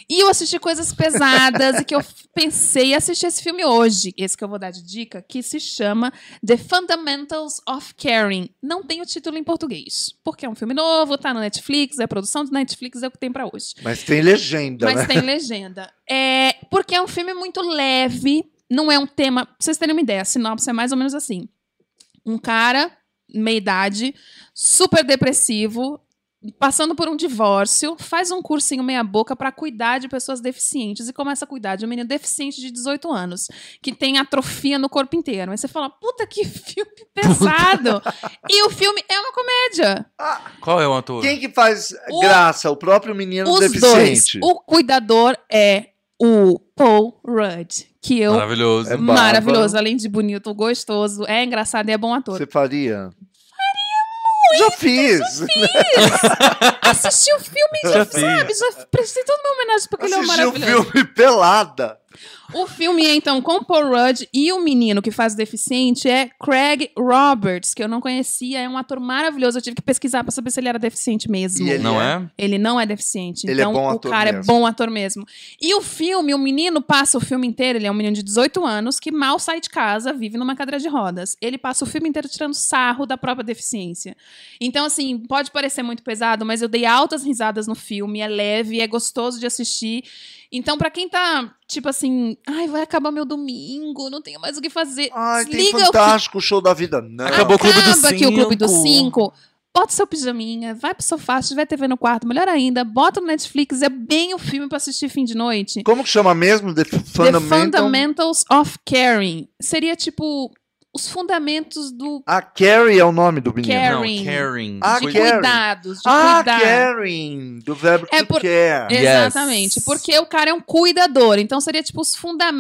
[SPEAKER 3] E eu assisti coisas pesadas e que eu f- pensei em assistir esse filme hoje. Esse que eu vou dar de dica, que se chama The Fundamentals of Caring. Não tem o título em português, porque é um filme novo, tá no Netflix, é produção do Netflix, é o que tem pra hoje.
[SPEAKER 1] Mas tem legenda,
[SPEAKER 3] Mas
[SPEAKER 1] né?
[SPEAKER 3] tem legenda. É, porque é um filme muito leve, não é um tema. Pra vocês terem uma ideia, a sinopse é mais ou menos assim: um cara, meia idade, super depressivo, passando por um divórcio, faz um cursinho meia-boca pra cuidar de pessoas deficientes e começa a cuidar de um menino deficiente de 18 anos, que tem atrofia no corpo inteiro. Aí você fala, puta que filme pesado! e o filme é uma comédia.
[SPEAKER 4] Qual é o ator?
[SPEAKER 1] Quem que faz
[SPEAKER 3] O-
[SPEAKER 1] graça? O próprio menino
[SPEAKER 3] Os
[SPEAKER 1] É um deficiente.
[SPEAKER 3] dois. O cuidador é o Paul Rudd, que eu.
[SPEAKER 4] Maravilhoso.
[SPEAKER 1] É bárbaro.
[SPEAKER 3] Maravilhoso, além de bonito, gostoso, é engraçado e é bom ator.
[SPEAKER 1] Você faria? Faria muito! Já fiz!
[SPEAKER 3] Assisti o filme, já,
[SPEAKER 4] Já fiz.
[SPEAKER 3] sabe? Já prestei toda uma homenagem porque ele é um
[SPEAKER 1] Assisti o
[SPEAKER 3] maravilhoso.
[SPEAKER 1] filme Pelada.
[SPEAKER 3] O filme é então com Paul Rudd e o menino que faz o deficiente é Craig Roberts, que eu não conhecia, é um ator maravilhoso. Eu tive que pesquisar pra saber se ele era deficiente mesmo.
[SPEAKER 1] E ele
[SPEAKER 4] Não é?
[SPEAKER 3] Ele não é deficiente.
[SPEAKER 1] Ele é
[SPEAKER 3] então,
[SPEAKER 1] bom
[SPEAKER 3] o
[SPEAKER 1] ator
[SPEAKER 3] cara
[SPEAKER 1] mesmo.
[SPEAKER 3] é bom ator mesmo. E o filme, o menino passa o filme inteiro, ele é um menino de 18 anos que mal sai de casa, vive numa cadeira de rodas. Ele passa o filme inteiro tirando sarro da própria deficiência. Então, assim, pode parecer muito pesado, mas eu dei altas risadas no filme, é leve, é gostoso de assistir. Então, pra quem tá, tipo assim, ai, vai acabar meu domingo, não tenho mais o que fazer.
[SPEAKER 1] Ai, tem
[SPEAKER 3] Desliga o
[SPEAKER 1] fantástico o show da vida. Não.
[SPEAKER 4] Acabou o Clube dos
[SPEAKER 3] Acaba aqui o Clube dos
[SPEAKER 4] Cinco.
[SPEAKER 3] Cinco. Bota seu pijaminha, vai pro sofá, se tiver TV no quarto, melhor ainda, bota no Netflix, é bem o filme pra assistir fim de noite.
[SPEAKER 1] Como que chama mesmo? The
[SPEAKER 3] The
[SPEAKER 1] Fundamental?
[SPEAKER 3] Fundamentals of Caring. Seria tipo os fundamentos do
[SPEAKER 1] A Carrie é o nome do menino.
[SPEAKER 4] Não,
[SPEAKER 3] Karen.
[SPEAKER 4] Karen.
[SPEAKER 1] Ah,
[SPEAKER 3] de
[SPEAKER 4] Foi-
[SPEAKER 1] Karen.
[SPEAKER 3] cuidados, de
[SPEAKER 1] Ah,
[SPEAKER 3] cuidar.
[SPEAKER 1] Karen, do verbo
[SPEAKER 3] É
[SPEAKER 1] to
[SPEAKER 3] por-
[SPEAKER 1] care.
[SPEAKER 4] Yes.
[SPEAKER 3] Exatamente, porque o cara é um cuidador, então seria tipo os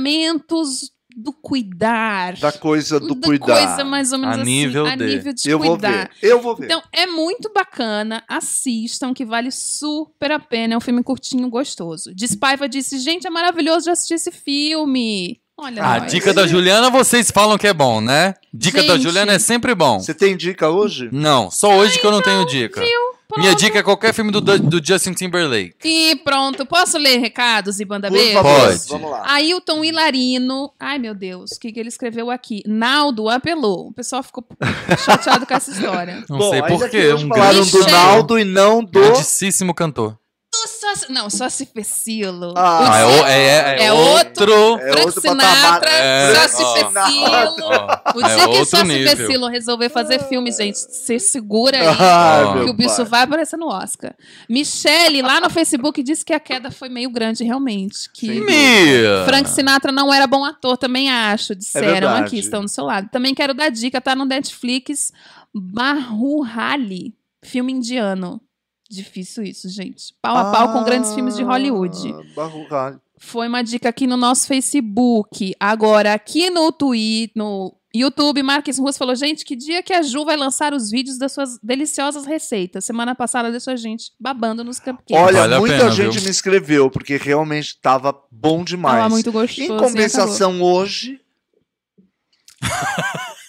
[SPEAKER 3] fundamentos do cuidar.
[SPEAKER 1] Da coisa do
[SPEAKER 3] Da
[SPEAKER 1] cuidar.
[SPEAKER 3] coisa mais ou menos
[SPEAKER 4] A
[SPEAKER 3] assim,
[SPEAKER 4] nível
[SPEAKER 3] a
[SPEAKER 4] de-
[SPEAKER 3] nível de
[SPEAKER 1] Eu vou
[SPEAKER 3] cuidar.
[SPEAKER 1] ver. Eu vou ver.
[SPEAKER 3] Então, é muito bacana. Assistam, que vale super a pena. É um filme curtinho, gostoso. Despaiva disse, gente, é maravilhoso de assistir esse filme. Olha
[SPEAKER 4] A
[SPEAKER 3] nós.
[SPEAKER 4] Ah, dica da Juliana, vocês falam que é bom, né? Dica da
[SPEAKER 3] Gente.
[SPEAKER 4] Juliana é sempre bom.
[SPEAKER 1] Você tem dica hoje?
[SPEAKER 4] Não, só hoje que eu não tenho dica.
[SPEAKER 3] Pronto.
[SPEAKER 4] Minha dica é qualquer filme do, do Justin Timberlake.
[SPEAKER 3] E pronto. Posso ler recados e banda
[SPEAKER 1] Por
[SPEAKER 3] B?
[SPEAKER 1] favor,
[SPEAKER 4] Pode.
[SPEAKER 1] vamos lá.
[SPEAKER 3] Ailton Hilarino. Ai, meu Deus, o que, que ele escreveu aqui? Naldo apelou. O pessoal ficou chateado com essa história.
[SPEAKER 4] Não
[SPEAKER 1] Bom,
[SPEAKER 4] sei
[SPEAKER 1] ainda que
[SPEAKER 4] porquê.
[SPEAKER 1] hoje
[SPEAKER 4] Um
[SPEAKER 1] falaram
[SPEAKER 4] grande
[SPEAKER 1] do
[SPEAKER 3] Michel.
[SPEAKER 1] Naldo e não do...
[SPEAKER 4] grandíssimo cantor.
[SPEAKER 3] Tu só se- Não, só se pecilo.
[SPEAKER 1] Ah,
[SPEAKER 3] O
[SPEAKER 4] Ah, é,
[SPEAKER 3] Zé-
[SPEAKER 4] o- é- é
[SPEAKER 3] é
[SPEAKER 4] outro.
[SPEAKER 1] É
[SPEAKER 3] Frank
[SPEAKER 1] outro patamar.
[SPEAKER 3] Sinatra,
[SPEAKER 4] É,
[SPEAKER 3] Sassi
[SPEAKER 4] ó,
[SPEAKER 3] Pecilo.
[SPEAKER 4] ó,
[SPEAKER 3] O
[SPEAKER 4] ó, é
[SPEAKER 3] dia que
[SPEAKER 4] outro
[SPEAKER 3] Sassi
[SPEAKER 4] nível.
[SPEAKER 3] Pecilo resolver fazer filme, gente, se segura aí.
[SPEAKER 1] Ai,
[SPEAKER 4] Ah,
[SPEAKER 1] meu
[SPEAKER 3] Que o bicho
[SPEAKER 1] pai.
[SPEAKER 3] vai aparecer no Oscar. Michele, lá no Facebook, disse que a queda foi meio grande, realmente. Que
[SPEAKER 1] Sim.
[SPEAKER 4] Mia.
[SPEAKER 3] Frank Sinatra não era bom ator, também acho. Disseram
[SPEAKER 1] verdade.
[SPEAKER 3] aqui, estão do seu lado. Também quero dar dica, tá no Netflix. Baruhali, filme indiano. Difícil isso, gente. Pau a pau com grandes filmes de
[SPEAKER 1] Ah,
[SPEAKER 3] Hollywood.
[SPEAKER 1] Barro
[SPEAKER 3] Foi uma dica aqui no nosso Facebook. Agora, aqui no Twitter, no YouTube, Marques Ruas falou: gente, que dia que a Ju vai lançar os vídeos das suas deliciosas receitas? Semana passada deixou a gente babando nos cupcakes.
[SPEAKER 1] Olha,
[SPEAKER 4] Vale a
[SPEAKER 1] muita
[SPEAKER 4] pena,
[SPEAKER 1] gente
[SPEAKER 4] viu?
[SPEAKER 1] me escreveu, porque realmente tava bom demais.
[SPEAKER 3] Tava muito tá gostoso.
[SPEAKER 1] em
[SPEAKER 3] e
[SPEAKER 1] compensação, hoje,
[SPEAKER 3] acabou.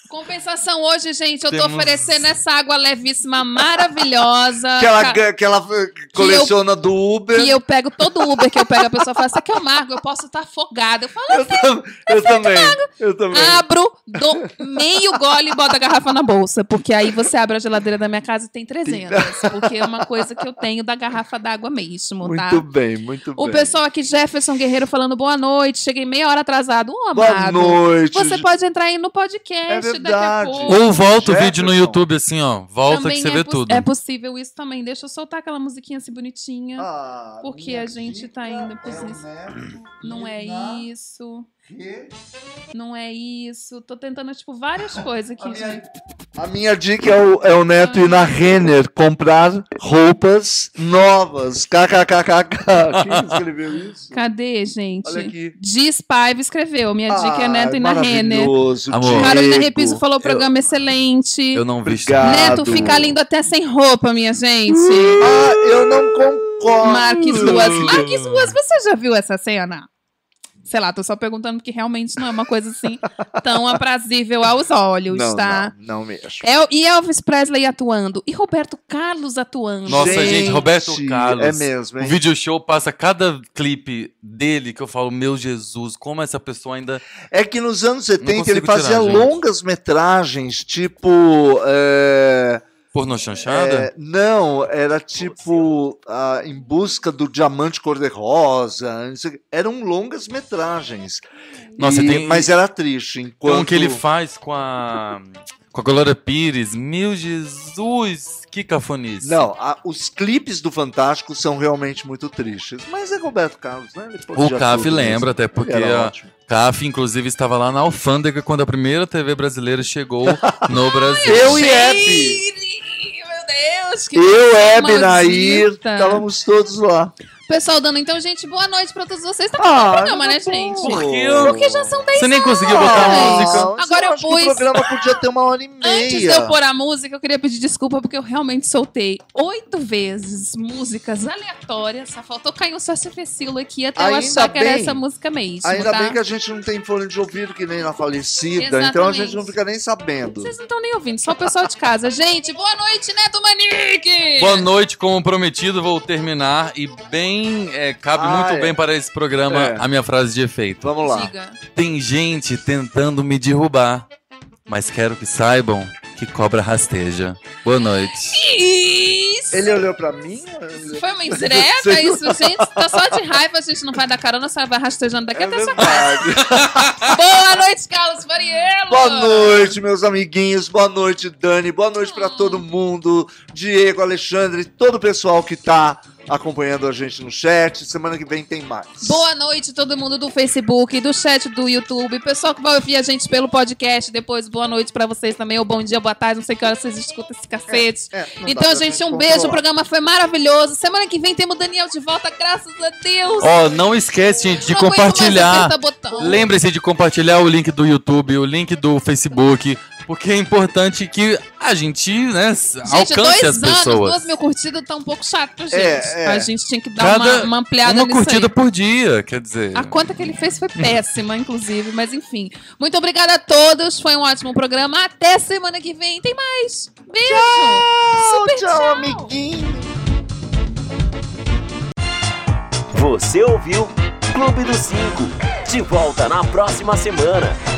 [SPEAKER 3] Compensação hoje, gente, eu tô
[SPEAKER 4] Temos-
[SPEAKER 3] oferecendo essa água levíssima maravilhosa.
[SPEAKER 1] Que ela,
[SPEAKER 3] Ca-
[SPEAKER 1] ga- que ela eh, coleciona do Uber.
[SPEAKER 3] E eu pego todo Uber que eu pego, a pessoa fala, isso aqui é o Margo, eu posso estar afogada. Eu tá falo,
[SPEAKER 1] Eu, tam- eu também. Eu também.
[SPEAKER 3] abro, dou meio gole e boto a garrafa na bolsa. Porque aí você abre a geladeira da minha casa e tem 300. Porque é uma coisa que eu tenho da garrafa d'água mesmo, tá?
[SPEAKER 1] muito bem, muito
[SPEAKER 3] O
[SPEAKER 1] bem.
[SPEAKER 3] pessoal aqui, Jefferson Guerreiro, falando boa noite. Cheguei meia hora atrasado. Um
[SPEAKER 1] Boa
[SPEAKER 3] amado.
[SPEAKER 1] noite.
[SPEAKER 3] Você tá pode entrar aí no
[SPEAKER 1] É
[SPEAKER 3] podcast daqui a
[SPEAKER 1] verdade.
[SPEAKER 3] pouco.
[SPEAKER 4] Ou volta o vídeo no
[SPEAKER 1] Jefferson.
[SPEAKER 4] YouTube, assim, ó. Volta
[SPEAKER 3] Também
[SPEAKER 4] que você
[SPEAKER 3] é
[SPEAKER 4] vê
[SPEAKER 3] poss-
[SPEAKER 4] tudo.
[SPEAKER 3] É possível isso também. Deixa eu soltar aquela musiquinha assim bonitinha.
[SPEAKER 1] Ah,
[SPEAKER 3] Porque
[SPEAKER 1] minha
[SPEAKER 3] a gente tá
[SPEAKER 1] dica
[SPEAKER 3] indo pros
[SPEAKER 1] é o
[SPEAKER 3] is-
[SPEAKER 1] Neto
[SPEAKER 3] Não é
[SPEAKER 1] Renato
[SPEAKER 3] isso.
[SPEAKER 1] que-
[SPEAKER 3] Não é isso. Tô tentando, tipo, várias coisas
[SPEAKER 1] A
[SPEAKER 3] aqui, gente.
[SPEAKER 1] minha, a minha dica é o, é o
[SPEAKER 3] Ah.
[SPEAKER 1] Neto ir na Renner comprar roupas novas. KKKKK. Quem escreveu isso?
[SPEAKER 3] Cadê, gente?
[SPEAKER 1] Olha aqui.
[SPEAKER 3] Diz Paiva escreveu. Minha dica é Neto e na Renner.
[SPEAKER 1] Ah, maravilhoso,
[SPEAKER 4] Amor.
[SPEAKER 1] Diego.
[SPEAKER 3] Carolina Repiso falou: programa excelente.
[SPEAKER 4] Eu não vi.
[SPEAKER 1] Obrigado.
[SPEAKER 3] Neto fica lindo até sem roupa, minha gente.
[SPEAKER 1] Ah, eu não concordo.
[SPEAKER 3] Marques Ruas. Marques Ruas, você já viu essa cena? Sei lá, tô só perguntando porque realmente não é uma coisa assim tão aprazível aos olhos,
[SPEAKER 1] Não,
[SPEAKER 3] tá?
[SPEAKER 1] não, não mesmo.
[SPEAKER 3] El- e Elvis Presley atuando. E Roberto Carlos atuando.
[SPEAKER 4] Nossa, gente, Roberto Carlos.
[SPEAKER 1] É mesmo,
[SPEAKER 4] O
[SPEAKER 1] hein?
[SPEAKER 4] vídeo show passa cada clipe dele que eu falo, meu Jesus, como essa pessoa ainda.
[SPEAKER 1] É que nos anos 70 ele
[SPEAKER 4] consigo tirar,
[SPEAKER 1] fazia
[SPEAKER 4] gente.
[SPEAKER 1] longas metragens, tipo. é,
[SPEAKER 4] Pornô chanchada?
[SPEAKER 1] é, não, era tipo ah, Em Busca do Diamante Cor-de-Rosa. não sei o quê. Eram longas metragens.
[SPEAKER 4] Nossa,
[SPEAKER 1] E-
[SPEAKER 4] tem-
[SPEAKER 1] Mas era triste. Enquanto...
[SPEAKER 4] Como Então, que ele faz com a. Com a Glória Pires. Meu Jesus, que cafonice.
[SPEAKER 1] Não, a- os clipes do Fantástico são realmente muito tristes. Mas é Roberto Carlos, né? Ele
[SPEAKER 4] O
[SPEAKER 1] podia
[SPEAKER 4] CAF
[SPEAKER 1] tudo, né?
[SPEAKER 4] lembra, até
[SPEAKER 1] Ele
[SPEAKER 4] porque
[SPEAKER 1] era
[SPEAKER 4] a
[SPEAKER 1] ótimo.
[SPEAKER 4] CAF, inclusive, estava lá na alfândega quando a primeira TV brasileira chegou no Brasil.
[SPEAKER 1] Eu e Hebe.
[SPEAKER 3] Gente, Meu Deus, que
[SPEAKER 1] Eu, Hebe,
[SPEAKER 3] maldita.
[SPEAKER 1] Nair, estávamos todos lá.
[SPEAKER 3] Pessoal dando, então, gente, boa noite pra todos vocês. Tá
[SPEAKER 1] Ah,
[SPEAKER 3] acabando o programa, né,
[SPEAKER 1] tá
[SPEAKER 3] gente?
[SPEAKER 1] bom.
[SPEAKER 3] Porque já são 10
[SPEAKER 4] Você nem conseguiu
[SPEAKER 3] horas.
[SPEAKER 4] botar a
[SPEAKER 1] mas
[SPEAKER 4] música.
[SPEAKER 3] Agora eu
[SPEAKER 1] acho
[SPEAKER 3] pus-
[SPEAKER 1] Que o programa podia ter uma hora e meia.
[SPEAKER 3] Antes de eu pôr a música, eu queria pedir desculpa porque eu realmente soltei oito vezes músicas aleatórias. Só faltou cair um sacifecilo aqui até eu
[SPEAKER 1] Ainda
[SPEAKER 3] achar que era
[SPEAKER 1] bem.
[SPEAKER 3] essa música mesmo,
[SPEAKER 1] Ainda
[SPEAKER 3] tá?
[SPEAKER 1] bem que a gente não tem fone de ouvido que nem na falecida,
[SPEAKER 3] Exatamente.
[SPEAKER 1] então a gente não fica nem sabendo.
[SPEAKER 3] Vocês não estão nem ouvindo, só o pessoal de casa. Gente, boa noite, Neto Manique!
[SPEAKER 4] Boa noite, como prometido, vou terminar e bem é, cabe
[SPEAKER 1] Ah,
[SPEAKER 4] muito
[SPEAKER 1] é.
[SPEAKER 4] bem para esse programa
[SPEAKER 1] É.
[SPEAKER 4] a minha frase de efeito.
[SPEAKER 1] Vamos lá.
[SPEAKER 3] Diga.
[SPEAKER 4] Tem gente tentando me derrubar, mas quero que saibam que cobra rasteja. Boa noite.
[SPEAKER 3] Isso!
[SPEAKER 1] Ele olhou pra mim? ou ele olhou-
[SPEAKER 3] Foi uma indireta isso, gente? Tá só de raiva, a gente não vai dar carona, só vai rastejando daqui
[SPEAKER 1] É
[SPEAKER 3] até a sua
[SPEAKER 1] verdade.
[SPEAKER 3] casa. Boa noite, Carlos Fariello!
[SPEAKER 1] Boa noite, meus amiguinhos. Boa noite, Dani. Boa noite pra todo mundo. Diego, Alexandre, todo o pessoal que tá acompanhando a gente no chat. Semana que vem tem mais.
[SPEAKER 3] Boa noite, todo mundo do Facebook, do chat do YouTube, pessoal que vai ouvir a gente pelo podcast depois, boa noite pra vocês também, ou bom dia, boa tarde, não sei que hora vocês escutam esse cacete.
[SPEAKER 1] É, não dá
[SPEAKER 3] Então,
[SPEAKER 1] pra
[SPEAKER 3] gente, um beijo, o
[SPEAKER 1] controlar.
[SPEAKER 3] programa foi maravilhoso. Semana que vem temos o Daniel de volta, graças a Deus.
[SPEAKER 4] Ó, não esquece, gente, de
[SPEAKER 3] Não aguento mais
[SPEAKER 4] compartilhar.
[SPEAKER 3] apertar botão.
[SPEAKER 4] Lembre-se de compartilhar o link do YouTube, o link do Facebook, porque é importante que a gente, né,
[SPEAKER 3] Gente,
[SPEAKER 4] alcance
[SPEAKER 3] dois
[SPEAKER 4] as
[SPEAKER 3] anos,
[SPEAKER 4] pessoas.
[SPEAKER 3] duas mil curtidas tá um pouco chato, gente.
[SPEAKER 1] É, é.
[SPEAKER 3] A gente tinha que dar
[SPEAKER 4] Cada-
[SPEAKER 3] uma, uma ampliada
[SPEAKER 4] Uma
[SPEAKER 3] nisso aí.
[SPEAKER 4] curtida por dia, quer dizer.
[SPEAKER 3] A conta que ele fez foi péssima, inclusive, mas enfim. Muito obrigada a todos, foi um ótimo programa. Até semana que vem, tem mais. Beijo! Super
[SPEAKER 1] tchau, amiguinho.
[SPEAKER 2] Você ouviu Clube dos Cinco. De volta na próxima semana.